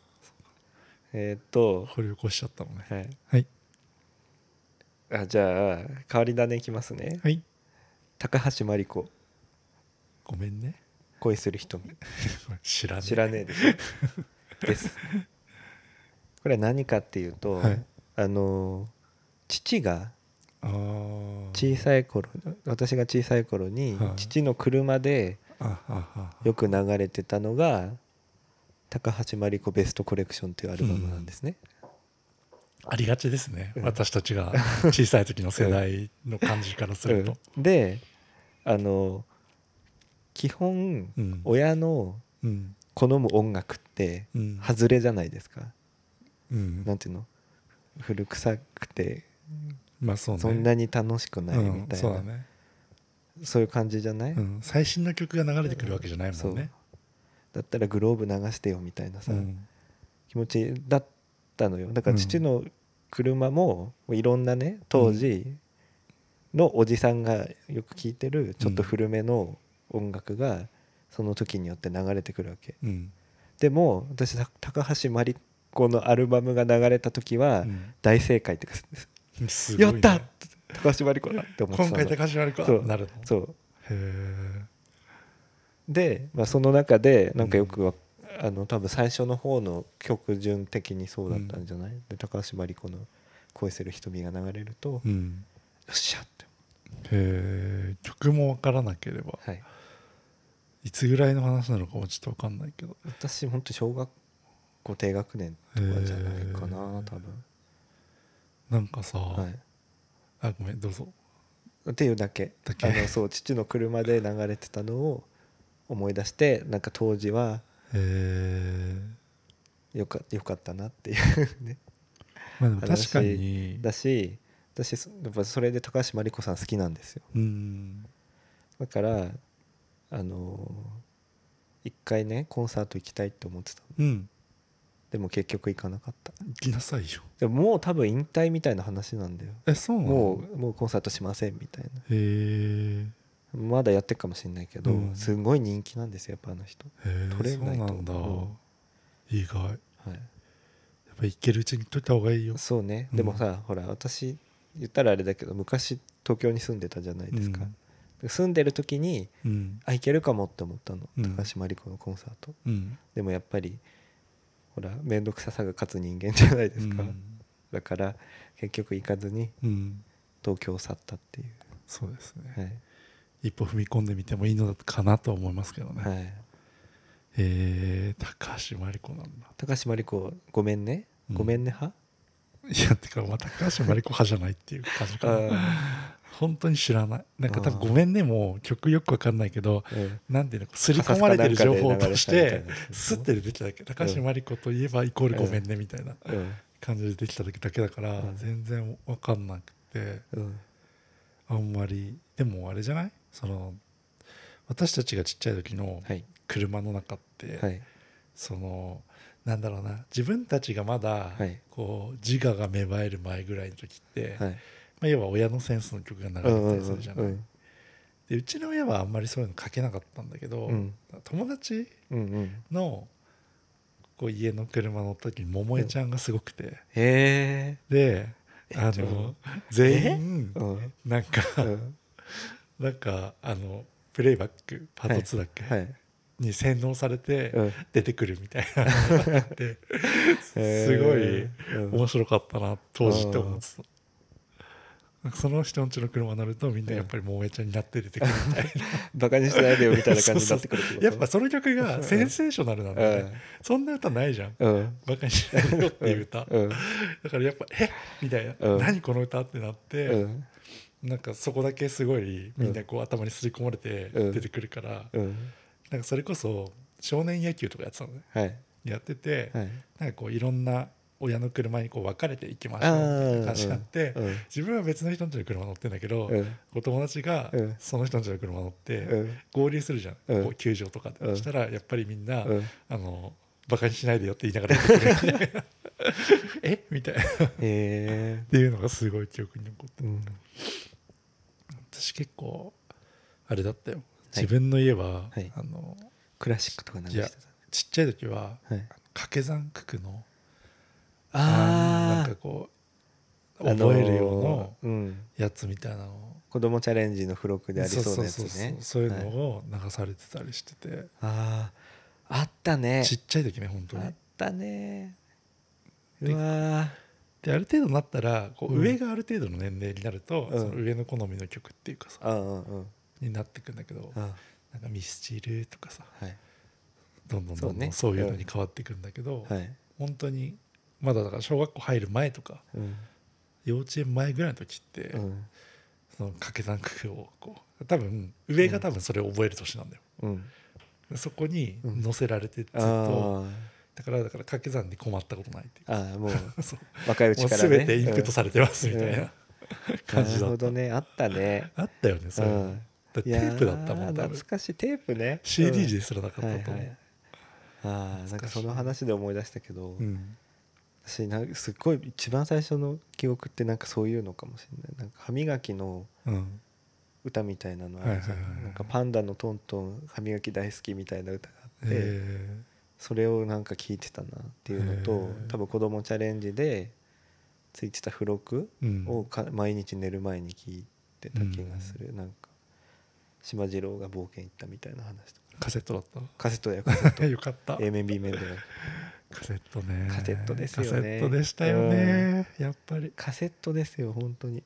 Speaker 1: えーっと
Speaker 2: 掘り起こしちゃったのね
Speaker 1: はい
Speaker 2: はい
Speaker 1: あじゃあ代わり種いきますね
Speaker 2: はい
Speaker 1: 高橋真理子
Speaker 2: ごめんね
Speaker 1: 恋する瞳
Speaker 2: 知らねえ
Speaker 1: 知らねえでしょですこれは何かっていうと、
Speaker 2: はい
Speaker 1: あの父が
Speaker 2: ああ
Speaker 1: 小さい頃私が小さい頃に
Speaker 2: はい
Speaker 1: 父の車で
Speaker 2: あああ
Speaker 1: よく流れてたのが「高橋真理子ベストコレクション」というアルバムなんですね。
Speaker 2: ありがちですね、
Speaker 1: うん
Speaker 2: 私たち が小さい時の世代の感じからすると、
Speaker 1: うんであの基本
Speaker 2: うん
Speaker 1: 親の
Speaker 2: うん
Speaker 1: 好む音楽って
Speaker 2: うん
Speaker 1: 外れじゃないですか、
Speaker 2: うん
Speaker 1: なんていうの古臭くて
Speaker 2: まあそうね
Speaker 1: そんなに楽しくないみ
Speaker 2: うん
Speaker 1: たいな、
Speaker 2: そうだね
Speaker 1: そういう感じじゃない、
Speaker 2: うん最新の曲が流れてくるわけじゃない
Speaker 1: そ
Speaker 2: も
Speaker 1: うん
Speaker 2: ね
Speaker 1: だったらグローブ流してよみたいなさ、
Speaker 2: うん
Speaker 1: 気持ちだったのよだか
Speaker 2: う
Speaker 1: ら
Speaker 2: ん
Speaker 1: 父の車もいろんなね当時のおじさんがよく聴いてるちょっと古めの音楽がその時によって流れてくるわけ
Speaker 2: うん
Speaker 1: でも私た高橋真理子のアルバムが流れた時は大正解ってか、
Speaker 2: うんすごい
Speaker 1: や
Speaker 2: ね
Speaker 1: った高橋真理子だって思って
Speaker 2: 今
Speaker 1: た
Speaker 2: 回
Speaker 1: の
Speaker 2: 高橋真理子
Speaker 1: そう
Speaker 2: はなるのへ
Speaker 1: そう
Speaker 2: え
Speaker 1: で、まあ、その中でなんかよくわ、あの多分最初の方の曲順的にそうだったんじゃない、で高橋真理子の「恋する瞳」が流れると、よ
Speaker 2: うん
Speaker 1: っしゃって、
Speaker 2: へえ曲も分からなければ
Speaker 1: はい、
Speaker 2: いつぐらいの話なのかもちょっと分かんないけど
Speaker 1: 私本当小学校低学年とかじゃないかな多分、
Speaker 2: なんかさ、
Speaker 1: はい、
Speaker 2: あごめんどうぞ
Speaker 1: っていうだけ
Speaker 2: だけ
Speaker 1: あのそう父の車で流れてたのを思い出してなんか当時は
Speaker 2: へえ
Speaker 1: よかよかったなっていうね
Speaker 2: まあでも
Speaker 1: 話
Speaker 2: 確かに
Speaker 1: だし私そやっぱそれで高橋真理子さん好きなんですよ
Speaker 2: うん
Speaker 1: だからあのー一回ねコンサート行きたいって思ってたの
Speaker 2: うん
Speaker 1: でも結局行かなかった
Speaker 2: 行きなさいよ
Speaker 1: でももう多分引退みたいな話なんだよ
Speaker 2: えそうなの
Speaker 1: もうもうコンサートしませんみたいな
Speaker 2: へえ
Speaker 1: まだやってるかもしれないけど、
Speaker 2: うん
Speaker 1: すごい人気なんですよやっぱあの人
Speaker 2: へえ
Speaker 1: 取れ
Speaker 2: そう
Speaker 1: ないと
Speaker 2: なんだ、
Speaker 1: うん
Speaker 2: 意外や
Speaker 1: はい
Speaker 2: っぱ行けるうちに取った方がいいよ
Speaker 1: そうね
Speaker 2: うん
Speaker 1: でもさ、ほら私言ったらあれだけど昔東京に住んでたじゃないですか、住んでる時に
Speaker 2: うん
Speaker 1: あ行けるかもって思ったの、
Speaker 2: うん
Speaker 1: 高橋真理子のコンサート
Speaker 2: うん
Speaker 1: でもやっぱりほら面倒くささが勝つ人間じゃないですか、
Speaker 2: うん
Speaker 1: だから結局行かずに
Speaker 2: うん
Speaker 1: 東京を去ったってい
Speaker 2: そうですね、
Speaker 1: う、はい
Speaker 2: 一歩踏み込んでみてもいいのかなと思いますけどね、
Speaker 1: はい、
Speaker 2: えー、高橋真理子なんだ
Speaker 1: 高橋真理子ごめんね
Speaker 2: うん
Speaker 1: ごめんね派、
Speaker 2: いやてか、まあ、高橋真理子派じゃないっていう感じか
Speaker 1: あ
Speaker 2: な本当に知らないなんか多
Speaker 1: あー
Speaker 2: 分ごめんねもう曲よくわかんないけど
Speaker 1: あうん
Speaker 2: なんていうのすり込まれてる情報とし
Speaker 1: なんかで流れた
Speaker 2: て
Speaker 1: みたいな
Speaker 2: すって出てきただけ高橋真理子といえばイコールごめんねみたいな
Speaker 1: うん
Speaker 2: 感じでできただけだけだから
Speaker 1: うん
Speaker 2: 全然わかんなくて
Speaker 1: うん
Speaker 2: あんまりでもあれじゃないその私たちがちっちゃい時の
Speaker 1: はい
Speaker 2: 車の中って、
Speaker 1: はい
Speaker 2: そのなんだろうな自分たちがまだ、
Speaker 1: はい
Speaker 2: こう自我が芽生える前ぐらいの時って、
Speaker 1: は
Speaker 2: ま
Speaker 1: い
Speaker 2: あ、要は親のセンスの曲が流れ
Speaker 1: う
Speaker 2: て
Speaker 1: んう
Speaker 2: た
Speaker 1: ん
Speaker 2: りするじゃない、うでうちの親はあんまりそういうのかけなかったんだけど、
Speaker 1: うん
Speaker 2: 友達
Speaker 1: うんうん
Speaker 2: のこう家の車の時に桃江ちゃんがすごくて、
Speaker 1: へ
Speaker 2: であ
Speaker 1: ちょっ
Speaker 2: の
Speaker 1: と
Speaker 2: 全員
Speaker 1: えうん
Speaker 2: なんか、
Speaker 1: うん
Speaker 2: なんかあのプレイバックパート2だっけ、
Speaker 1: はい
Speaker 2: に洗脳されて
Speaker 1: うん
Speaker 2: 出てくるみたいな のがあって、 すごい
Speaker 1: へーうん
Speaker 2: 面白かったな当時って思ってたなんかその人んちの車乗るとみんなやっぱりもうえちゃんになって出てくる みたい
Speaker 1: バカにしないでよみたいな感じになってくるってこ
Speaker 2: な
Speaker 1: と
Speaker 2: やっぱその曲がセンセーショナルなんだよねそんな歌ないじゃん
Speaker 1: うんうん
Speaker 2: バカにしないでよっていう 歌
Speaker 1: うん
Speaker 2: だからやっぱ「えみたいな「
Speaker 1: うん
Speaker 2: 何この歌?」ってなって、
Speaker 1: うん
Speaker 2: なんかそこだけすごいみんなこう頭にすり込まれて
Speaker 1: うん
Speaker 2: 出てくるから、
Speaker 1: うん
Speaker 2: なんかそれこそ少年野球とかやってたのね
Speaker 1: はい
Speaker 2: やってて、
Speaker 1: はい
Speaker 2: なんかこういろんな親の車にこう分かれていきましょうみたいな感じになって、
Speaker 1: うん
Speaker 2: 自分は別の人んちの車乗ってんだけど、
Speaker 1: うん
Speaker 2: お友達が
Speaker 1: うん
Speaker 2: その人んちの車乗って、
Speaker 1: うん
Speaker 2: 合流するじゃん、
Speaker 1: うん
Speaker 2: こう球場とかで、
Speaker 1: うん
Speaker 2: そしたらやっぱりみんな、
Speaker 1: うん
Speaker 2: あのバカにしないでよって言いながらやってくる えみたいなっ
Speaker 1: へ
Speaker 2: ていうのがすごい記憶に残って
Speaker 1: えうん
Speaker 2: 私結構あれだったよ
Speaker 1: い
Speaker 2: 自分の家は、
Speaker 1: はい
Speaker 2: あの
Speaker 1: クラシックとか流して
Speaker 2: ちっちゃい時は
Speaker 1: たはい
Speaker 2: 掛け算九九の
Speaker 1: あ
Speaker 2: なん
Speaker 1: ー
Speaker 2: かこう
Speaker 1: あの
Speaker 2: 覚えるような
Speaker 1: うん
Speaker 2: やつみたいなのを
Speaker 1: 子供チャレンジの付録でありそうなやつ
Speaker 2: そうそうそ
Speaker 1: ね
Speaker 2: うそうそういうの
Speaker 1: はい
Speaker 2: を流されてたりしてて、
Speaker 1: あああったね
Speaker 2: ちっちゃい時ね本当
Speaker 1: あ
Speaker 2: に
Speaker 1: ったね
Speaker 2: で
Speaker 1: うわ
Speaker 2: である程度になったらこう
Speaker 1: うん
Speaker 2: 上がある程度の年齢になると、
Speaker 1: うん
Speaker 2: その上の好みの曲っていうかさ、
Speaker 1: ーうんうんうん
Speaker 2: になってくんだけど、
Speaker 1: あ
Speaker 2: なんかミスチルとかさ
Speaker 1: はい
Speaker 2: どんどん
Speaker 1: そ
Speaker 2: ど
Speaker 1: うん
Speaker 2: ど
Speaker 1: ね
Speaker 2: んそういうのに変わってくんだけど、
Speaker 1: はい
Speaker 2: 本当にまだだから小学校入る前とか
Speaker 1: うん
Speaker 2: 幼稚園前ぐらいの時って、
Speaker 1: うん
Speaker 2: その掛け算工夫をこう多分上が多分それを覚える年なんだよ、
Speaker 1: うん、
Speaker 2: そこに乗せられてずっ
Speaker 1: あ
Speaker 2: と、
Speaker 1: ー
Speaker 2: だからだから掛け算に困ったことないってい
Speaker 1: あーもう
Speaker 2: う そう
Speaker 1: 若いう
Speaker 2: も
Speaker 1: ち
Speaker 2: う
Speaker 1: からね
Speaker 2: 全てインプットされてますみたいな、
Speaker 1: うん
Speaker 2: 感じ
Speaker 1: なる
Speaker 2: だ
Speaker 1: ほ
Speaker 2: った、
Speaker 1: どねあったね
Speaker 2: あったよねそうれ、
Speaker 1: ん
Speaker 2: だって
Speaker 1: い
Speaker 2: テ
Speaker 1: や
Speaker 2: ープだったも
Speaker 1: ー
Speaker 2: ん多分
Speaker 1: 懐かしいテープね
Speaker 2: CD
Speaker 1: うん
Speaker 2: ですらなかったと思う、
Speaker 1: はいはいああなんか
Speaker 2: 懐かしい
Speaker 1: その話で思い出したけど、
Speaker 2: うん
Speaker 1: 私なんかすっごい一番最初の記憶ってなんかそういうのかもしれないなんか歯磨きの
Speaker 2: うん
Speaker 1: 歌みたいなのあるじゃん、
Speaker 2: はいはいはいはい
Speaker 1: なんかパンダのトントン歯磨き大好きみたいな歌があって、
Speaker 2: え
Speaker 1: それをなんか聞いてたなっていうのと、
Speaker 2: へー
Speaker 1: 多分子供チャレンジでついてた付録
Speaker 2: ーうん
Speaker 1: をか、毎日寝る前に聞いてた気がする、なんか島次郎が冒険行ったみたいな話とか
Speaker 2: カセットだっ
Speaker 1: カセットだよカセ ッ
Speaker 2: た
Speaker 1: ト
Speaker 2: よかった
Speaker 1: A 面 B 面で
Speaker 2: カセットね
Speaker 1: カセットですよね
Speaker 2: カセットでしたよね、やっぱり
Speaker 1: カセットですよ本当に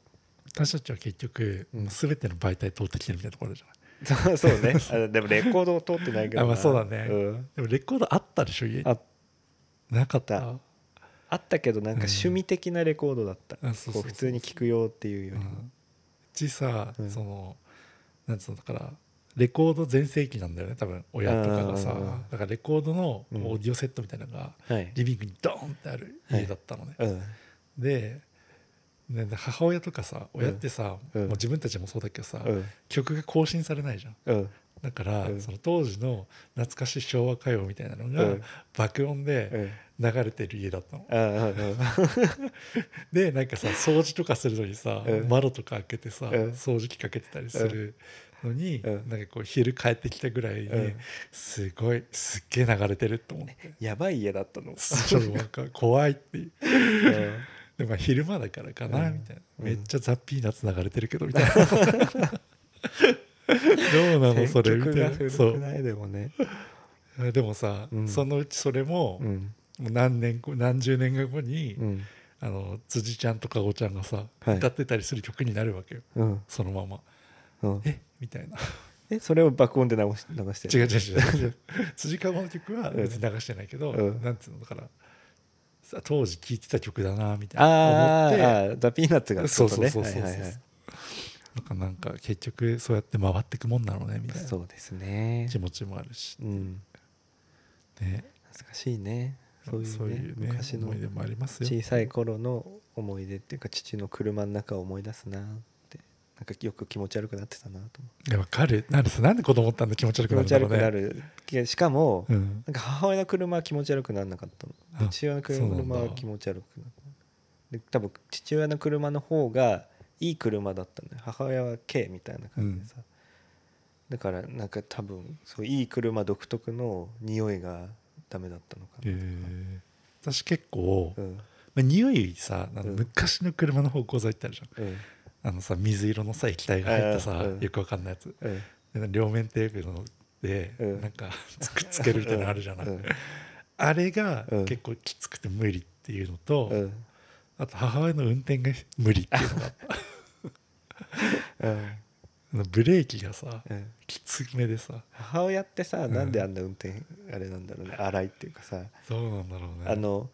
Speaker 2: 私たちは結局、
Speaker 1: うん
Speaker 2: 全ての媒体通ってきてるみたいなところじゃない
Speaker 1: そう そうねあでもレコードを通ってないけどな
Speaker 2: あまあそうだね
Speaker 1: ん
Speaker 2: でもレコードあったでしょ家に
Speaker 1: あ
Speaker 2: なかっ
Speaker 1: あ
Speaker 2: た
Speaker 1: あったけどなんか趣味的なレコードだった、
Speaker 2: あそうそうそう
Speaker 1: こう普通に聴くよっていう
Speaker 2: う
Speaker 1: よ
Speaker 2: ん
Speaker 1: り
Speaker 2: う
Speaker 1: も、
Speaker 2: ちさ、
Speaker 1: うん
Speaker 2: そのなんつうのだからレコード全盛期なんだよね多分親とかがさ
Speaker 1: うんうんうんうん
Speaker 2: だからレコードの
Speaker 1: うん
Speaker 2: オーディオセットみたいなのが
Speaker 1: はい、
Speaker 2: リビングにドーンってある家だったのね、
Speaker 1: うん、
Speaker 2: でねで母親とかさ親ってさ、
Speaker 1: うん
Speaker 2: もう自分たちもそうだけどさ、
Speaker 1: うん
Speaker 2: 曲が更新されないじゃん
Speaker 1: うん
Speaker 2: だから、
Speaker 1: うん
Speaker 2: その当時の懐かしい昭和歌謡みたいなのが、
Speaker 1: うん
Speaker 2: 爆音
Speaker 1: う
Speaker 2: で
Speaker 1: ん
Speaker 2: 流れてる家だったの、
Speaker 1: うんうんうん
Speaker 2: でなんかさ掃除とかするのにさ、
Speaker 1: うん
Speaker 2: 窓とか開けてさ、
Speaker 1: うん
Speaker 2: 掃除機かけてたりするのに、
Speaker 1: うん
Speaker 2: なんかこう昼帰ってきたぐらいに、
Speaker 1: うん
Speaker 2: すごいすっげえ流れてると思って。
Speaker 1: やばい家だった の。
Speaker 2: そうなんか怖いっていう
Speaker 1: うん
Speaker 2: でまあ昼間だからかな
Speaker 1: うん
Speaker 2: みたいな、
Speaker 1: うん
Speaker 2: めっちゃザ・ピーナッツ流れてるけどみた いなどうなのそれみた
Speaker 1: 選曲
Speaker 2: い
Speaker 1: が
Speaker 2: なそ
Speaker 1: 古く
Speaker 2: う
Speaker 1: ないでもね。
Speaker 2: でもさ、
Speaker 1: うん
Speaker 2: そのうちそれも、
Speaker 1: うん
Speaker 2: もう何年後何十年後に、
Speaker 1: うん
Speaker 2: あの辻ちゃんとかごちゃんがさ、
Speaker 1: はい
Speaker 2: 歌ってたりする曲になるわけよ
Speaker 1: うん
Speaker 2: そのまま
Speaker 1: うん。
Speaker 2: えみたいな
Speaker 1: えそれを爆音で流し流して
Speaker 2: 違う
Speaker 1: る。
Speaker 2: 違 う違う辻かごの曲は別に流してないけど、
Speaker 1: うん
Speaker 2: なんていうのだからさ当時聴いてた曲だなみたいな
Speaker 1: あ
Speaker 2: 思
Speaker 1: ー
Speaker 2: って
Speaker 1: あー、ザピーナッツがって
Speaker 2: そう
Speaker 1: こと
Speaker 2: そう
Speaker 1: ね。
Speaker 2: そうそうそう、
Speaker 1: はいはいはい
Speaker 2: なんかなんか結局そうやって回ってくもんなのねみたいな
Speaker 1: そうですね
Speaker 2: 気。持ちもあるし
Speaker 1: うん。
Speaker 2: ね
Speaker 1: 懐かしいね。そう
Speaker 2: そう
Speaker 1: い
Speaker 2: いうう
Speaker 1: ね
Speaker 2: ね
Speaker 1: 昔の
Speaker 2: 思い出もありますよ
Speaker 1: 小さい頃の思い出っていうか父の車の中を思い出すなってなんかよく気持ち悪くなってたなと思う
Speaker 2: いやわかるなんでさなんで子供ってあんな気持ち
Speaker 1: 気
Speaker 2: 悪くな
Speaker 1: 持
Speaker 2: るん
Speaker 1: ち
Speaker 2: だろ
Speaker 1: 悪
Speaker 2: う
Speaker 1: くな
Speaker 2: ね
Speaker 1: るけしかも、
Speaker 2: うん
Speaker 1: なんか母親の車は気持ち悪くならなかったの
Speaker 2: あ
Speaker 1: 父親の
Speaker 2: そう
Speaker 1: 車
Speaker 2: な
Speaker 1: は
Speaker 2: んだ
Speaker 1: 気持ち悪くなったで多分父親の車の方がいい車だったんだよ母親は軽みたいな感じでさ、だからなんか多分そういい車独特の匂いがダメだったのかな、
Speaker 2: えー私結構、
Speaker 1: うん
Speaker 2: まあ、匂いさあの
Speaker 1: うん
Speaker 2: 昔の車の方向剤ってあるじゃん
Speaker 1: うん
Speaker 2: あのさ水色のさ液体が入ったさ、
Speaker 1: うん
Speaker 2: よくわかんないやつ
Speaker 1: うん
Speaker 2: で両面テープので、
Speaker 1: うん
Speaker 2: なんかつくっつけるみたいなのあるじゃない、
Speaker 1: うん
Speaker 2: あれが
Speaker 1: うん
Speaker 2: 結構きつくて無理っていうのと、
Speaker 1: うん
Speaker 2: あと母親の運転が無理っていうの が
Speaker 1: うん
Speaker 2: あのブレーキがさ
Speaker 1: うん
Speaker 2: きつめでさ
Speaker 1: 母親ってさ
Speaker 2: ん
Speaker 1: なんであんな運転あれなんだろうね荒いっていうかさ
Speaker 2: どうなんだろうね
Speaker 1: あの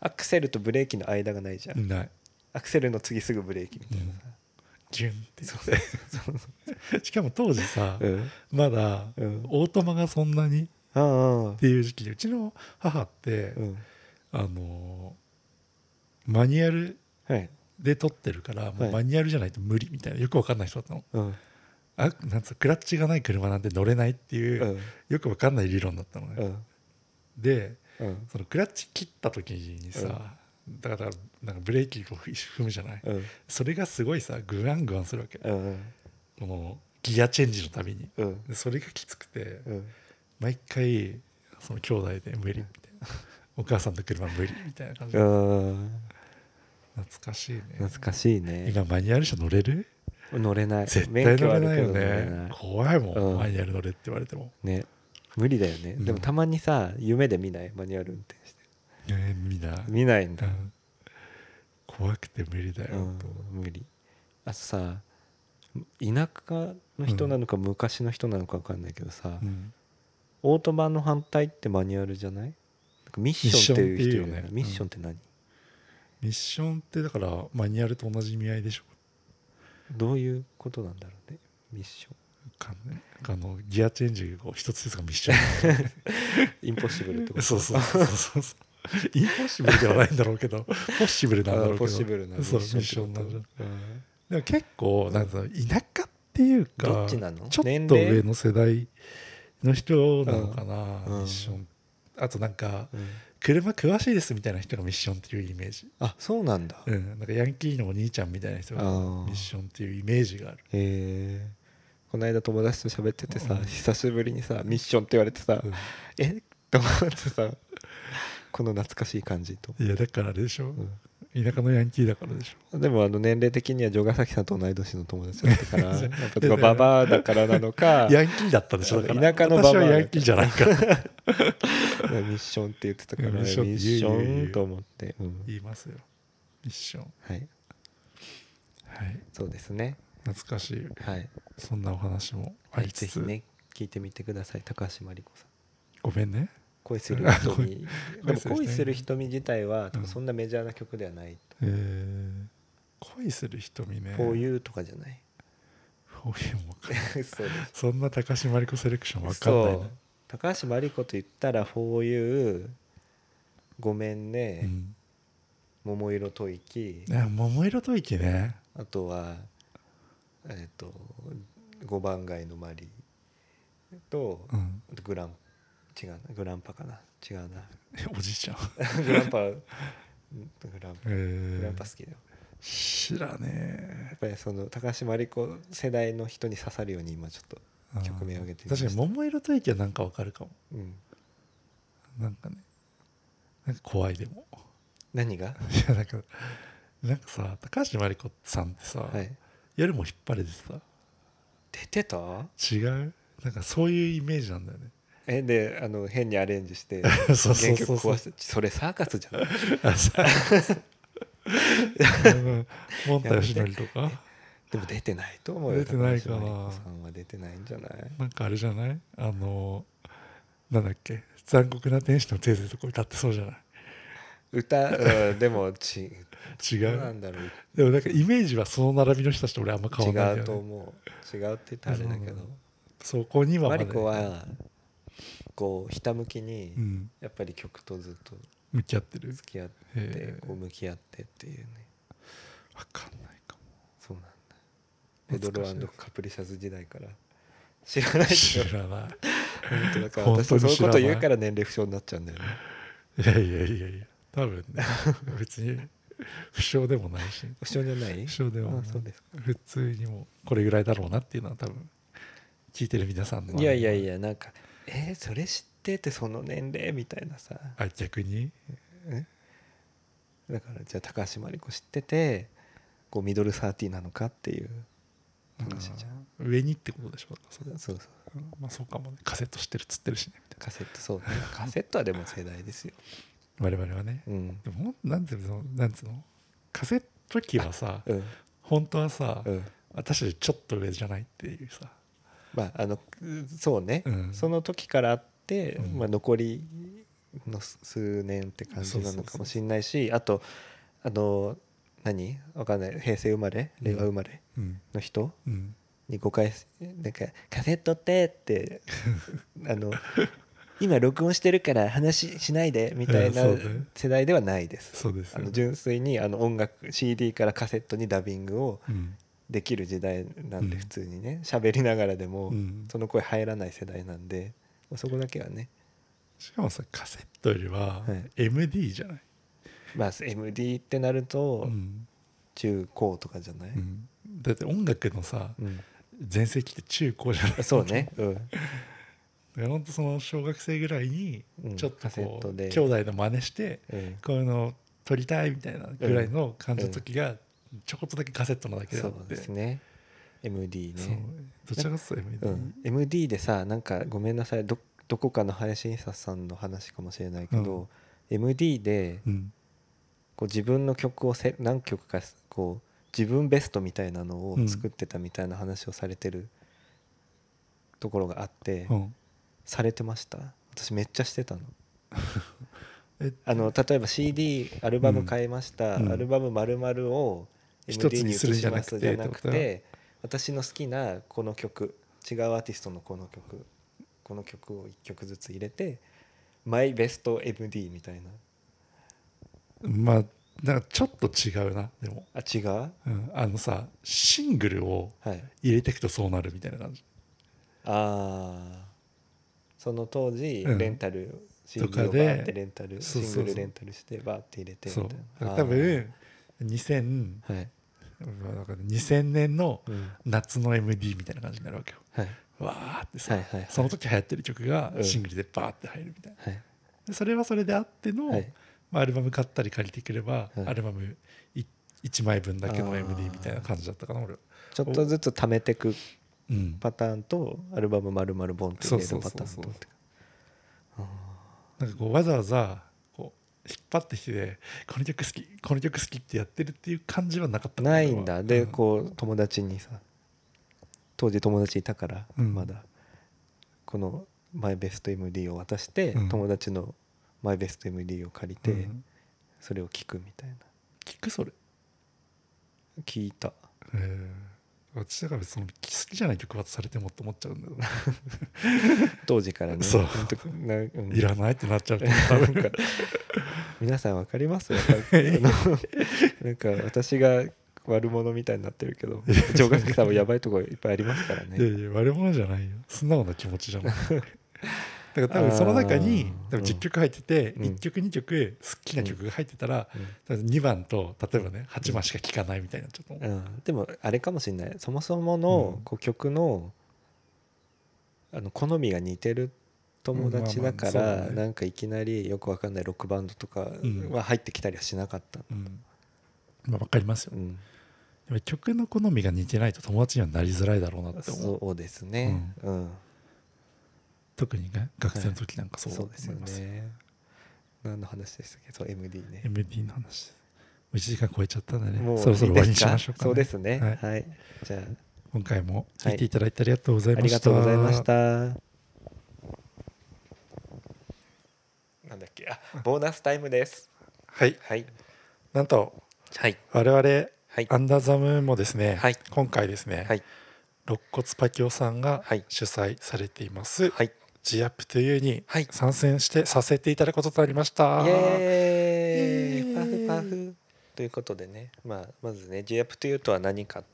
Speaker 1: アクセルとブレーキの間がないじゃん
Speaker 2: ない
Speaker 1: アクセルの次すぐブレーキみたいなさ
Speaker 2: ギュンって言って しかも当時さ、
Speaker 1: うん
Speaker 2: まだ、
Speaker 1: うん
Speaker 2: オートマがそんなにっ
Speaker 1: うんうん
Speaker 2: ていう時期でうちの母って、
Speaker 1: うん
Speaker 2: あのーマニュアル
Speaker 1: はい
Speaker 2: で撮ってるから、も
Speaker 1: は
Speaker 2: う
Speaker 1: い
Speaker 2: マニュアルじゃないと無理みたいなよくわかんない人だったの
Speaker 1: うん
Speaker 2: あなんつうクラッチがない車なんて乗れないっていう、
Speaker 1: うん
Speaker 2: よくわかんない理論だったのね、
Speaker 1: うん
Speaker 2: で
Speaker 1: うん
Speaker 2: そのクラッチ切った時にさ、だからなんかブレーキを踏むじゃない、
Speaker 1: うん
Speaker 2: それがすごいさグワングワンするわけ、
Speaker 1: うんうん
Speaker 2: このギアチェンジのたびに
Speaker 1: うん
Speaker 2: でそれがきつくて、
Speaker 1: うん
Speaker 2: 毎回その兄弟で無理みたい なお母さんと車無理みたいな感じ、
Speaker 1: うん
Speaker 2: 懐かしいね
Speaker 1: 懐かしいね
Speaker 2: 今マニュアル車乗れる
Speaker 1: 乗れない
Speaker 2: 絶対
Speaker 1: 免許
Speaker 2: 乗
Speaker 1: はあ
Speaker 2: れ
Speaker 1: る
Speaker 2: ない
Speaker 1: け
Speaker 2: よ
Speaker 1: ど乗れ
Speaker 2: ね
Speaker 1: ない
Speaker 2: 怖いもん、
Speaker 1: うん
Speaker 2: マニュアル乗れって言われても、
Speaker 1: ね無理だよねでもたまにさ夢で見ないマニュアル運転して
Speaker 2: ねみんな、
Speaker 1: 見ないん
Speaker 2: う
Speaker 1: だ
Speaker 2: ん怖くて無理だよ、
Speaker 1: うん
Speaker 2: と思う、
Speaker 1: 無理あとさ田舎の人なのか昔の人なのか分かんないけどさ、
Speaker 2: うん
Speaker 1: オートマの反対ってマニュアルじゃないなんかミッションっていう人いるよねミ
Speaker 2: ミッ
Speaker 1: ッ
Speaker 2: シ
Speaker 1: シ
Speaker 2: ョ
Speaker 1: ョン
Speaker 2: ン
Speaker 1: って何、
Speaker 2: ミッションってだからマニュアルと同じ意味合いでしょ
Speaker 1: どういうことなんだろうねミッション
Speaker 2: かんないあのギアチェンジを一つずつがミッション
Speaker 1: インポッシブルって こと
Speaker 2: そうそうそうそうそう インポッシブルではないんだろうけどポッシブルなんだろう
Speaker 1: あ
Speaker 2: けど
Speaker 1: ポッシブルなミッ
Speaker 2: そうミッ
Speaker 1: シ
Speaker 2: シ
Speaker 1: ョ
Speaker 2: ョ
Speaker 1: ン
Speaker 2: ン
Speaker 1: って
Speaker 2: な
Speaker 1: こ
Speaker 2: んだ
Speaker 1: と
Speaker 2: でも結構なんか田舎っていうか
Speaker 1: どっちなの
Speaker 2: ちょっ
Speaker 1: 年
Speaker 2: と
Speaker 1: 齢
Speaker 2: 上の世代の人なのかな、
Speaker 1: うん
Speaker 2: ミッションあとなんか
Speaker 1: うん
Speaker 2: 車詳しいですみたいな人がミッションっていうイメージ、
Speaker 1: あそうなんだ、
Speaker 2: うん、なんかヤンキーのお兄ちゃんみたいな人
Speaker 1: あ
Speaker 2: が
Speaker 1: ー
Speaker 2: ミッションっていうイメージがある
Speaker 1: へえこの間友達と喋っててさ、
Speaker 2: うん
Speaker 1: 久しぶりにさミッションって言われてさ、 えっと思ってさこの懐かしい感じと、
Speaker 2: いやだからあれでしょ、田舎のヤンキーだからでしょ
Speaker 1: でもあの年齢的には城ヶ崎さんと同い年の友達だったか らやっぱ
Speaker 2: いや
Speaker 1: ババアだからなのか
Speaker 2: ヤンキーだったでしょだから
Speaker 1: 田舎のババア
Speaker 2: 私はヤンキーじゃないから
Speaker 1: ミッションって言ってたから
Speaker 2: うん
Speaker 1: ミ
Speaker 2: ミッション
Speaker 1: ッシ
Speaker 2: 言う言
Speaker 1: ョ
Speaker 2: う言
Speaker 1: ン
Speaker 2: う
Speaker 1: と思って、うん
Speaker 2: 言いますよミッション
Speaker 1: はい
Speaker 2: はい
Speaker 1: そうですね
Speaker 2: 懐かしい
Speaker 1: はい、
Speaker 2: そんなお話もあ
Speaker 1: はい、
Speaker 2: り
Speaker 1: ぜ
Speaker 2: つ
Speaker 1: ひ
Speaker 2: つ、
Speaker 1: ね聞いてみてください高橋真理子さん
Speaker 2: ごめんね
Speaker 1: 恋す る瞳でも
Speaker 2: 恋する瞳
Speaker 1: 恋する瞳自体は多
Speaker 2: う
Speaker 1: 分
Speaker 2: ん
Speaker 1: そんなメジャーな曲ではないと、
Speaker 2: えー恋する瞳ね
Speaker 1: こういうとかじゃない
Speaker 2: こういうもん
Speaker 1: そ
Speaker 2: か
Speaker 1: うです
Speaker 2: そんな高橋真理子セレクションわかんな
Speaker 1: そ
Speaker 2: いうね
Speaker 1: 高橋真理子と言ったら「For You」「ごめんね」
Speaker 2: うん
Speaker 1: 桃色吐息
Speaker 2: いや桃色吐息ね
Speaker 1: あとはえっ、と五番街のマリーと、
Speaker 2: うん
Speaker 1: あとグラン違うなグランパかな違うな
Speaker 2: えおじいちゃん
Speaker 1: グランパグランパ
Speaker 2: え
Speaker 1: グラン
Speaker 2: ー
Speaker 1: パ好きだよ
Speaker 2: 知らね
Speaker 1: やっぱりその高橋真理子世代の人に刺さるように今ちょっと
Speaker 2: え
Speaker 1: 曲名を挙げてみまし
Speaker 2: 確
Speaker 1: た
Speaker 2: かに桃色吐息はなんかわかるかも
Speaker 1: うん
Speaker 2: なんかねなんか怖いでも
Speaker 1: 何が
Speaker 2: いやなんかなんかさ高橋真理子さんってさ、
Speaker 1: はい
Speaker 2: 夜も引っ張れてさ
Speaker 1: 出てた
Speaker 2: 違うなんかそういうイメージなんだよね
Speaker 1: えであの変にアレンジして
Speaker 2: そうそ
Speaker 1: 原
Speaker 2: うそ
Speaker 1: 曲
Speaker 2: うそう
Speaker 1: 壊してそれサーカスじゃん
Speaker 2: あ さあのモンタヨシノリとか
Speaker 1: でも出てないと思うよ
Speaker 2: 出てないかな
Speaker 1: 高橋真理子さんは出てないんじゃない
Speaker 2: なんかあれじゃないあのなんだっけ残酷な天使のテーゼとか歌ってそうじゃない
Speaker 1: 歌、うん、でもち
Speaker 2: 違
Speaker 1: どうな
Speaker 2: うん
Speaker 1: だろう
Speaker 2: でもなんかイメージはその並びの人たちと俺あんま変わんないんだ
Speaker 1: 違う
Speaker 2: よ、
Speaker 1: と
Speaker 2: ね、
Speaker 1: 思う違うって言ったらあれだけど
Speaker 2: そこには
Speaker 1: マ
Speaker 2: まだ
Speaker 1: リコはこうひたむきに
Speaker 2: うん、
Speaker 1: やっぱり曲とずっと
Speaker 2: 向き合ってる
Speaker 1: 付き合って
Speaker 2: へえ
Speaker 1: こう向き合ってっていうね
Speaker 2: わかん ないかも
Speaker 1: そうなんだペド
Speaker 2: 懐
Speaker 1: ロ
Speaker 2: かしい
Speaker 1: カプリシャズ時代から知らないでし
Speaker 2: 知
Speaker 1: ょ
Speaker 2: らない
Speaker 1: 本当だから
Speaker 2: 本
Speaker 1: 私
Speaker 2: 当に
Speaker 1: そういうこ
Speaker 2: 知ら
Speaker 1: と
Speaker 2: ない
Speaker 1: 言うから年齢不詳になっちゃうんだよね
Speaker 2: いやいやいやいや多分ね別に不詳でもないし
Speaker 1: 不詳じゃない
Speaker 2: 不詳でも
Speaker 1: あそうです
Speaker 2: 普通にもうこれぐらいだろうなっていうのは多分聞いてる皆さんの
Speaker 1: いやいやい
Speaker 2: や
Speaker 1: やなんか「えーそれ知っててその年齢?」みたいなさ
Speaker 2: あ逆に
Speaker 1: だからじゃあ高橋真理子知っててこうミドルサーティーなのかっていう話じゃん
Speaker 2: あー上にってことでしょだからそれ
Speaker 1: そうそう
Speaker 2: うんまあそうかもねカセットしてるっつってるしねみたい
Speaker 1: カセットそうねカセットはでも世代ですよ、
Speaker 2: な我々はね
Speaker 1: うん
Speaker 2: でもほんなんていうのなんつうのカセット機はさ
Speaker 1: うん
Speaker 2: 本当はさ、
Speaker 1: うん、
Speaker 2: 私たちちょっと上じゃないっていうさ
Speaker 1: まああのうそうね、
Speaker 2: うん
Speaker 1: その時からあって、
Speaker 2: うん
Speaker 1: まあ、残りの数年って感じなのかもしれないしあとあの何わかんない平成生まれ令和生まれ
Speaker 2: うん
Speaker 1: の人、
Speaker 2: うん
Speaker 1: に誤解すなんか「カセットって」って あの今録音してるから話しないでみたいな
Speaker 2: うんそうね
Speaker 1: 世代ではないです。
Speaker 2: そうです
Speaker 1: あ
Speaker 2: よ、
Speaker 1: の純粋にあの音楽 CD からカセットにダビングを
Speaker 2: うん
Speaker 1: できる時代なんで
Speaker 2: うん
Speaker 1: 普通にね喋りながらでも
Speaker 2: うん
Speaker 1: その声入らない世代なんでそこだけはね
Speaker 2: しかもさカセットよりは
Speaker 1: はい
Speaker 2: MD じゃない、
Speaker 1: まあ MD ってなると
Speaker 2: うん
Speaker 1: 中高とかじゃない、
Speaker 2: うんだって音楽のさ
Speaker 1: うん
Speaker 2: 全盛期って中高じゃない
Speaker 1: そう ね、うん、
Speaker 2: だからほんとその小学生ぐらいに
Speaker 1: うん
Speaker 2: ちょっと
Speaker 1: カセッ
Speaker 2: こう、
Speaker 1: トで
Speaker 2: 兄弟の真似して
Speaker 1: うん、
Speaker 2: こういうのを撮りたいみたいなぐらいの感じの時がちょこっとだけカセットのだけであ
Speaker 1: そ
Speaker 2: っ
Speaker 1: う
Speaker 2: て、
Speaker 1: ですね MD
Speaker 2: そう
Speaker 1: ね
Speaker 2: どちらかというと
Speaker 1: う
Speaker 2: MD、
Speaker 1: ん、MD でさなんかごめんなさいどどこかの林久さんの話かもしれないけど、MD で
Speaker 2: うん
Speaker 1: こう自分の曲をせ何曲かこう自分ベストみたいなのを作ってたみたいな話をされてるところがあって、
Speaker 2: うん
Speaker 1: されてました私めっちゃしてた の。
Speaker 2: え
Speaker 1: あの例えば CD アルバム買いました、
Speaker 2: うん
Speaker 1: アルバム丸々を
Speaker 2: 一つにするんじゃなくて
Speaker 1: MD に移しますじゃなく
Speaker 2: って
Speaker 1: て私の好きなこの曲違うアーティストのこの曲この曲を1曲ずつ入れてマイベスト MD みたいな
Speaker 2: まあなんかちょっと違うなでも、
Speaker 1: あ違う
Speaker 2: うん、あのさシングルを
Speaker 1: はい
Speaker 2: 入れていくとそうなるみたいな感じ
Speaker 1: ああその当時
Speaker 2: うん
Speaker 1: レンタル CD を
Speaker 2: と
Speaker 1: バ
Speaker 2: かで
Speaker 1: ーってレンタルシ
Speaker 2: そうそう
Speaker 1: ン
Speaker 2: そう
Speaker 1: グルレンタルしてバーって入れてみた
Speaker 2: そ
Speaker 1: いうな
Speaker 2: 多分2000
Speaker 1: あーはい、
Speaker 2: まあだから2000年の
Speaker 1: うん
Speaker 2: 夏の MD みたいな感じになるわけよ
Speaker 1: はい
Speaker 2: わーってさ、
Speaker 1: はいはいはい
Speaker 2: その時流行ってる曲が
Speaker 1: うん
Speaker 2: シングルでバーって入るみたいな、
Speaker 1: はい
Speaker 2: でそれはそれであっての、
Speaker 1: はい
Speaker 2: まあ、アルバム買ったり借りてくれば、
Speaker 1: はい
Speaker 2: アルバム1枚分だけ
Speaker 1: あ
Speaker 2: の
Speaker 1: ー
Speaker 2: MD みたいな感じだったかな俺は、
Speaker 1: ちょっとずつ貯めてく
Speaker 2: うん、
Speaker 1: パターンとアルバム丸々ボンって入れ
Speaker 2: そ
Speaker 1: る
Speaker 2: うそ
Speaker 1: パ
Speaker 2: うそ
Speaker 1: ター
Speaker 2: うそ
Speaker 1: ン
Speaker 2: う
Speaker 1: と
Speaker 2: なんかこうわざわざこう引っ張ってきてこの曲好きこの曲好きってやってるっていう感じはなかったか
Speaker 1: ないんだ
Speaker 2: 俺
Speaker 1: で
Speaker 2: は
Speaker 1: こう友達にさ当時友達いたから
Speaker 2: うん
Speaker 1: まだこの「マイベスト MD」を渡して
Speaker 2: うん
Speaker 1: 友達の「マイベスト MD」を借り
Speaker 2: うん
Speaker 1: てそれを聞くみたいな
Speaker 2: 聞くそれ
Speaker 1: 聞いた
Speaker 2: ええ私だからその好きじゃない曲渡されてもって思っちゃう んだよな
Speaker 1: 当時からね
Speaker 2: そう
Speaker 1: 本当なうん
Speaker 2: いらないってなっちゃうと思う多分
Speaker 1: なんか皆さんわかり ますやっぱりあのなんか私が悪者みたいになってるけど城ヶ崎さんもやばいとこいっぱいありますから
Speaker 2: いや
Speaker 1: ね
Speaker 2: いや悪者じゃないよ素直な気持ちじゃ ないだから多分その中に
Speaker 1: あー
Speaker 2: 多分10曲入ってて
Speaker 1: うん
Speaker 2: 1曲2曲好きな曲が入ってたら
Speaker 1: うん
Speaker 2: 多分2番と例えばね8番しか聴かないみたいになっちゃうと思う
Speaker 1: うん、でもあれかもしれないそもそもの、
Speaker 2: うん
Speaker 1: こう曲のあの好みが似てる友達だから、
Speaker 2: うんまあまあそうだね
Speaker 1: なんかいきなりよくわかんないロックバンドとか
Speaker 2: ん
Speaker 1: は入ってきたりはしなかった、
Speaker 2: うんまあ分かりますよ
Speaker 1: うん
Speaker 2: でも曲の好みが似てないと友達にはなりづらいだろうなって思う
Speaker 1: そうですね、うん
Speaker 2: 特にね学生の時なんかそうだと
Speaker 1: そう
Speaker 2: 思
Speaker 1: ですよ
Speaker 2: います
Speaker 1: ね何の話でしたっけそう MD ね
Speaker 2: MD の話1時間超えちゃったんでね
Speaker 1: もう
Speaker 2: そろそろ
Speaker 1: いいで
Speaker 2: 終
Speaker 1: す
Speaker 2: わりにしましょうか
Speaker 1: そうですね
Speaker 2: はい
Speaker 1: はい、じゃ
Speaker 2: 今回も聞いていただいてありがとうござい
Speaker 1: ああ
Speaker 2: ま
Speaker 1: り
Speaker 2: し
Speaker 1: が
Speaker 2: た
Speaker 1: とうございましたなんだっけあボーナスタイムです
Speaker 2: はい
Speaker 1: はい
Speaker 2: なんと
Speaker 1: はい
Speaker 2: 我々
Speaker 1: はい
Speaker 2: アンダーザムーンもですね、
Speaker 1: はい
Speaker 2: 今回ですね、
Speaker 1: はい
Speaker 2: 肋骨パキオさんが
Speaker 1: はい
Speaker 2: 主催されています、
Speaker 1: はい
Speaker 2: G アップというに
Speaker 1: はい
Speaker 2: 参戦してさせていただくこととなりました。
Speaker 1: イエーイ
Speaker 2: イエーイ
Speaker 1: パフパフということでね、まあ、まずね g アップというとは何かっ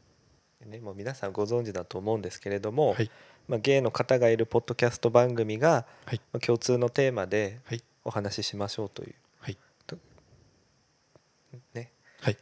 Speaker 1: てねもう皆さんご存知だと思うんですけれども、
Speaker 2: はい
Speaker 1: まあ、ゲイの方がいるポッドキャスト番組が、
Speaker 2: はい
Speaker 1: まあ共通のテーマで
Speaker 2: はい
Speaker 1: お話ししましょうという。
Speaker 2: はい
Speaker 1: とね、
Speaker 2: はい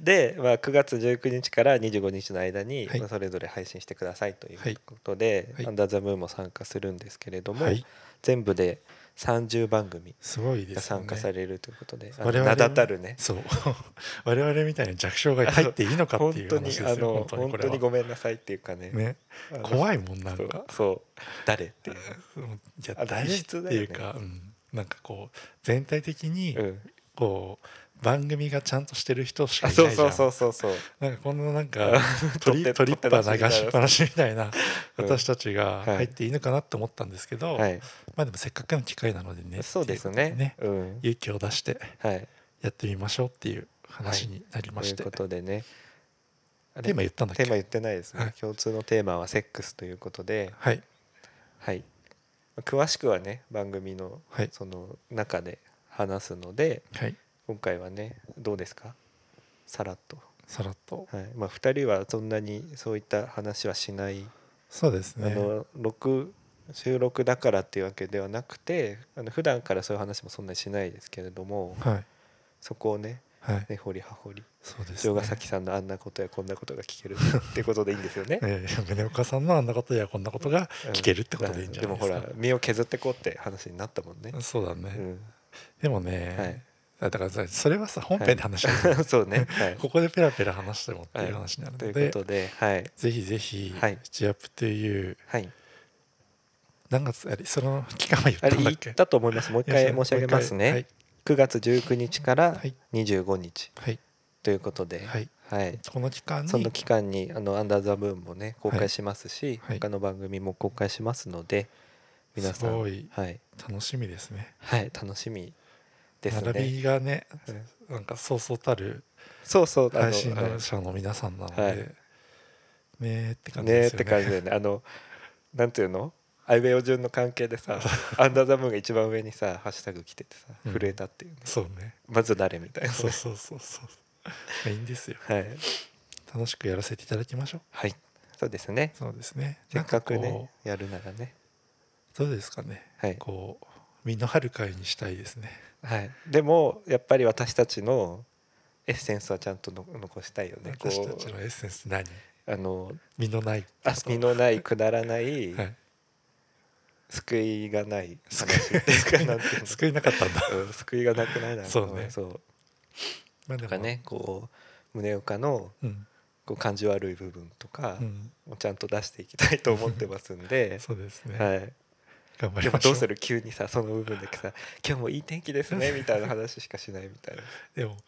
Speaker 1: で、まあ、9月19日から25日の間に、
Speaker 2: はい
Speaker 1: まあそれぞれ配信してくださいという
Speaker 2: はい
Speaker 1: ことで「
Speaker 2: はい
Speaker 1: アンダー・ザ・ムーン」も参加するんですけれども、
Speaker 2: はい
Speaker 1: 全部で30番組
Speaker 2: すごいですよね。
Speaker 1: が参加されるということであの
Speaker 2: 我々
Speaker 1: 名だたるね
Speaker 2: そう 我々みたいに弱小が入っていいのかってい
Speaker 1: 本
Speaker 2: う
Speaker 1: 当
Speaker 2: 話
Speaker 1: に
Speaker 2: です
Speaker 1: あ
Speaker 2: よ
Speaker 1: の
Speaker 2: 本当に
Speaker 1: 本
Speaker 2: こ
Speaker 1: 当
Speaker 2: れ
Speaker 1: に
Speaker 2: は
Speaker 1: ごめんなさいっていうかね
Speaker 2: ね
Speaker 1: あの
Speaker 2: 怖いもんなん
Speaker 1: そう
Speaker 2: か
Speaker 1: そう誰っていう
Speaker 2: うんいや
Speaker 1: あ
Speaker 2: 大事っていう
Speaker 1: 大
Speaker 2: か、うんなんかこう全体的に
Speaker 1: うん
Speaker 2: こう番組がちゃんとしてる人しか
Speaker 1: あ
Speaker 2: いないじ
Speaker 1: そ
Speaker 2: ゃ
Speaker 1: うんそうそうそうそう
Speaker 2: なんかこんななんか
Speaker 1: 取
Speaker 2: 取
Speaker 1: っ
Speaker 2: り
Speaker 1: て
Speaker 2: 取りっぱ流しっぱなしみたいな
Speaker 1: うん
Speaker 2: 私たちが
Speaker 1: はい
Speaker 2: 入っていいのかなって思ったんですけど、
Speaker 1: はい
Speaker 2: まあでもせっかくの機会なのでね
Speaker 1: そうです
Speaker 2: っていう
Speaker 1: ね
Speaker 2: ことでね
Speaker 1: うん
Speaker 2: 勇気を出して
Speaker 1: はい
Speaker 2: やってみましょうっていう話になりま
Speaker 1: とい
Speaker 2: し
Speaker 1: う
Speaker 2: て、
Speaker 1: ことでねあ
Speaker 2: テ
Speaker 1: れ
Speaker 2: ーマ言ったんだっけ
Speaker 1: テーマ言ってないです
Speaker 2: はい
Speaker 1: ね共通のテーマはセックスということで
Speaker 2: はい
Speaker 1: はい詳しくはね番組の
Speaker 2: はい
Speaker 1: その中で話すので
Speaker 2: はい
Speaker 1: 今回はねどうですかさらっと
Speaker 2: さらっと
Speaker 1: はいまあ、2人はそんなにそういった話はしない、
Speaker 2: そうです
Speaker 1: あ
Speaker 2: ね
Speaker 1: の録収録だからっていうわけではなくてあの普段からそういう話もそんなにしないですけれども
Speaker 2: はい
Speaker 1: そこをね
Speaker 2: はい
Speaker 1: 根掘り葉掘り
Speaker 2: そうです。
Speaker 1: 城ヶ崎さんのあんなことやこんなことが聞けるってことでいいんですよね
Speaker 2: ええ宗岡さんのあんなことやこんなことが聞けるってことでいいんじゃないですか、
Speaker 1: うんでもほら身を削ってこうって話になったもんね。
Speaker 2: そうだね、
Speaker 1: うん
Speaker 2: でもね、だからさそれはさ本編で話しない、
Speaker 1: はい、 そうね。はい、
Speaker 2: ここでペラペラ話してもっていう話になる
Speaker 1: と
Speaker 2: ので、
Speaker 1: いうことで、はい、
Speaker 2: ぜひぜひ「
Speaker 1: はい
Speaker 2: チアップ」という
Speaker 1: はい、
Speaker 2: 何月あれその期間は言っ
Speaker 1: あ
Speaker 2: た
Speaker 1: れ
Speaker 2: んだ
Speaker 1: 言
Speaker 2: っ
Speaker 1: っ
Speaker 2: け
Speaker 1: たと思います。もう一回申し上げますね。
Speaker 2: はい
Speaker 1: 9月19日から
Speaker 2: はい
Speaker 1: 25日
Speaker 2: はい、
Speaker 1: ということで、
Speaker 2: はい
Speaker 1: はい
Speaker 2: この期間に
Speaker 1: その期間に「あのアンダー・ザ・ムーン」もね公
Speaker 2: は
Speaker 1: 開
Speaker 2: い
Speaker 1: しますし、
Speaker 2: はい
Speaker 1: 他の番組も公開しますので皆さ
Speaker 2: す
Speaker 1: ん
Speaker 2: ご
Speaker 1: はいい、はい
Speaker 2: 楽しみですね
Speaker 1: 楽しみです
Speaker 2: 並
Speaker 1: ね。
Speaker 2: びがね
Speaker 1: うん
Speaker 2: なんかそうそうたる
Speaker 1: そうそうあの
Speaker 2: 配信
Speaker 1: はい
Speaker 2: 者の皆さんなので、
Speaker 1: はい
Speaker 2: ねえって感じ
Speaker 1: ね
Speaker 2: で
Speaker 1: えっ
Speaker 2: すよ
Speaker 1: て
Speaker 2: ね。
Speaker 1: 感じだよねあのなんていうのアイウェオ順の関係で さ「アンダーザムーン」が一番上にさハッシュタグ来ててさ
Speaker 2: うん
Speaker 1: 震えたっていうね、
Speaker 2: そうね。
Speaker 1: まず誰みたいな
Speaker 2: そうそうそうそう。まあいいんですよ。
Speaker 1: はい、
Speaker 2: 楽しくやらせていただきましょう。
Speaker 1: はい、そうですね
Speaker 2: そうですね。
Speaker 1: せっかく
Speaker 2: なん
Speaker 1: ね
Speaker 2: こ
Speaker 1: やるならね
Speaker 2: うどうですかね。
Speaker 1: はい、
Speaker 2: こう身の張る会にしたいですね。
Speaker 1: はい、でもやっぱり私たちのエッセンスはちゃんとの残したいよねこ
Speaker 2: 私たち
Speaker 1: う
Speaker 2: のエッセンス何？
Speaker 1: あの
Speaker 2: 身のないこと。
Speaker 1: 厚みのないくだらない、
Speaker 2: はい。
Speaker 1: 救いがない話っていうかなんていうの
Speaker 2: 救いなかったんだ。
Speaker 1: うん救いがなくないな
Speaker 2: そうね
Speaker 1: そう
Speaker 2: まあで
Speaker 1: とかねこう宗岡の
Speaker 2: うん。
Speaker 1: こう感じ悪い部分とか
Speaker 2: うん。
Speaker 1: をちゃんと出していきたいと思ってますんで、
Speaker 2: そうですね。
Speaker 1: はい、
Speaker 2: 頑張
Speaker 1: で
Speaker 2: り
Speaker 1: も
Speaker 2: まし
Speaker 1: ど
Speaker 2: ょう。
Speaker 1: うする急にさその部分だけさ「今日もいい天気です ね」みたいな話しかしないみたいな
Speaker 2: でも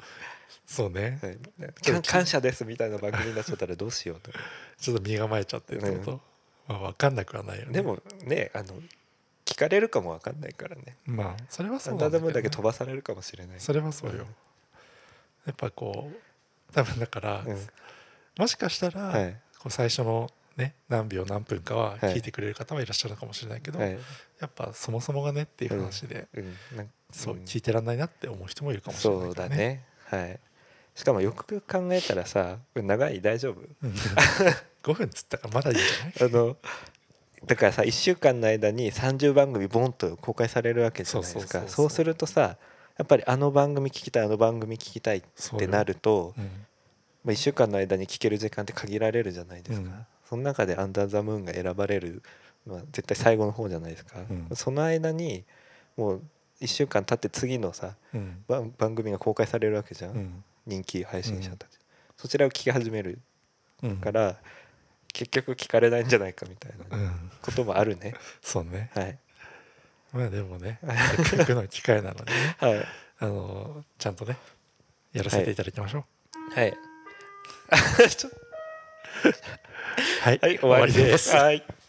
Speaker 2: そうね、
Speaker 1: はい感感謝ですみたいな番組になっちゃったらどうしようと
Speaker 2: ちょっと身構えちゃってってこと、まあ分かんなくは ないよね
Speaker 1: でもねあの聞かれるかもわかんないからね
Speaker 2: まあそれはそ
Speaker 1: ア
Speaker 2: う
Speaker 1: ンダーダ
Speaker 2: ね
Speaker 1: ムーンだけ飛ばされるかもしれない
Speaker 2: それはそうよ、やっぱこう多分だから、
Speaker 1: うん
Speaker 2: もしかしたら、
Speaker 1: はい
Speaker 2: こう最初のね何秒何分かは
Speaker 1: はい
Speaker 2: 聞いてくれる方はいらっしゃるかもしれないけど、
Speaker 1: はい
Speaker 2: やっぱそもそもがねっていう話で、
Speaker 1: うんなん
Speaker 2: そう
Speaker 1: うん
Speaker 2: 聞いてらんないなって思う人もいるかもしれな
Speaker 1: そ
Speaker 2: いうから
Speaker 1: だねはいしかもよくよく考えたらさ長い大丈夫
Speaker 2: うん5分っつったからまだいいんじゃない
Speaker 1: あのだからさ1週間の間に30番組ボンと公開されるわけじゃないです
Speaker 2: そうそうそうそ
Speaker 1: か
Speaker 2: う
Speaker 1: そうするとさやっぱりあの番組聞きたいあの番組聞きたいっ
Speaker 2: そう
Speaker 1: て
Speaker 2: よ
Speaker 1: なると、
Speaker 2: うん
Speaker 1: まあ、1週間の間に聞ける時間って限られるじゃないですか、
Speaker 2: うん
Speaker 1: その中で「アンダー・ザ・ムーン」が選ばれるのは絶対最後の方じゃないですか、
Speaker 2: うん
Speaker 1: その間にもう1週間経って次のさ
Speaker 2: うん
Speaker 1: 番番組が公開されるわけじゃん、
Speaker 2: うん
Speaker 1: 人気配信者たち、そちらを聞き始める
Speaker 2: うん
Speaker 1: から、結局聞かれないんじゃないかみたいな
Speaker 2: うん
Speaker 1: こともあるね、
Speaker 2: そうね
Speaker 1: はい
Speaker 2: まあでもね、せっかくの機会なので、ね、
Speaker 1: はい
Speaker 2: あのちゃんとね、やらせていただきましょう。
Speaker 1: はい ちょ
Speaker 2: はい、
Speaker 1: はい終わりです
Speaker 2: 終わ
Speaker 1: はい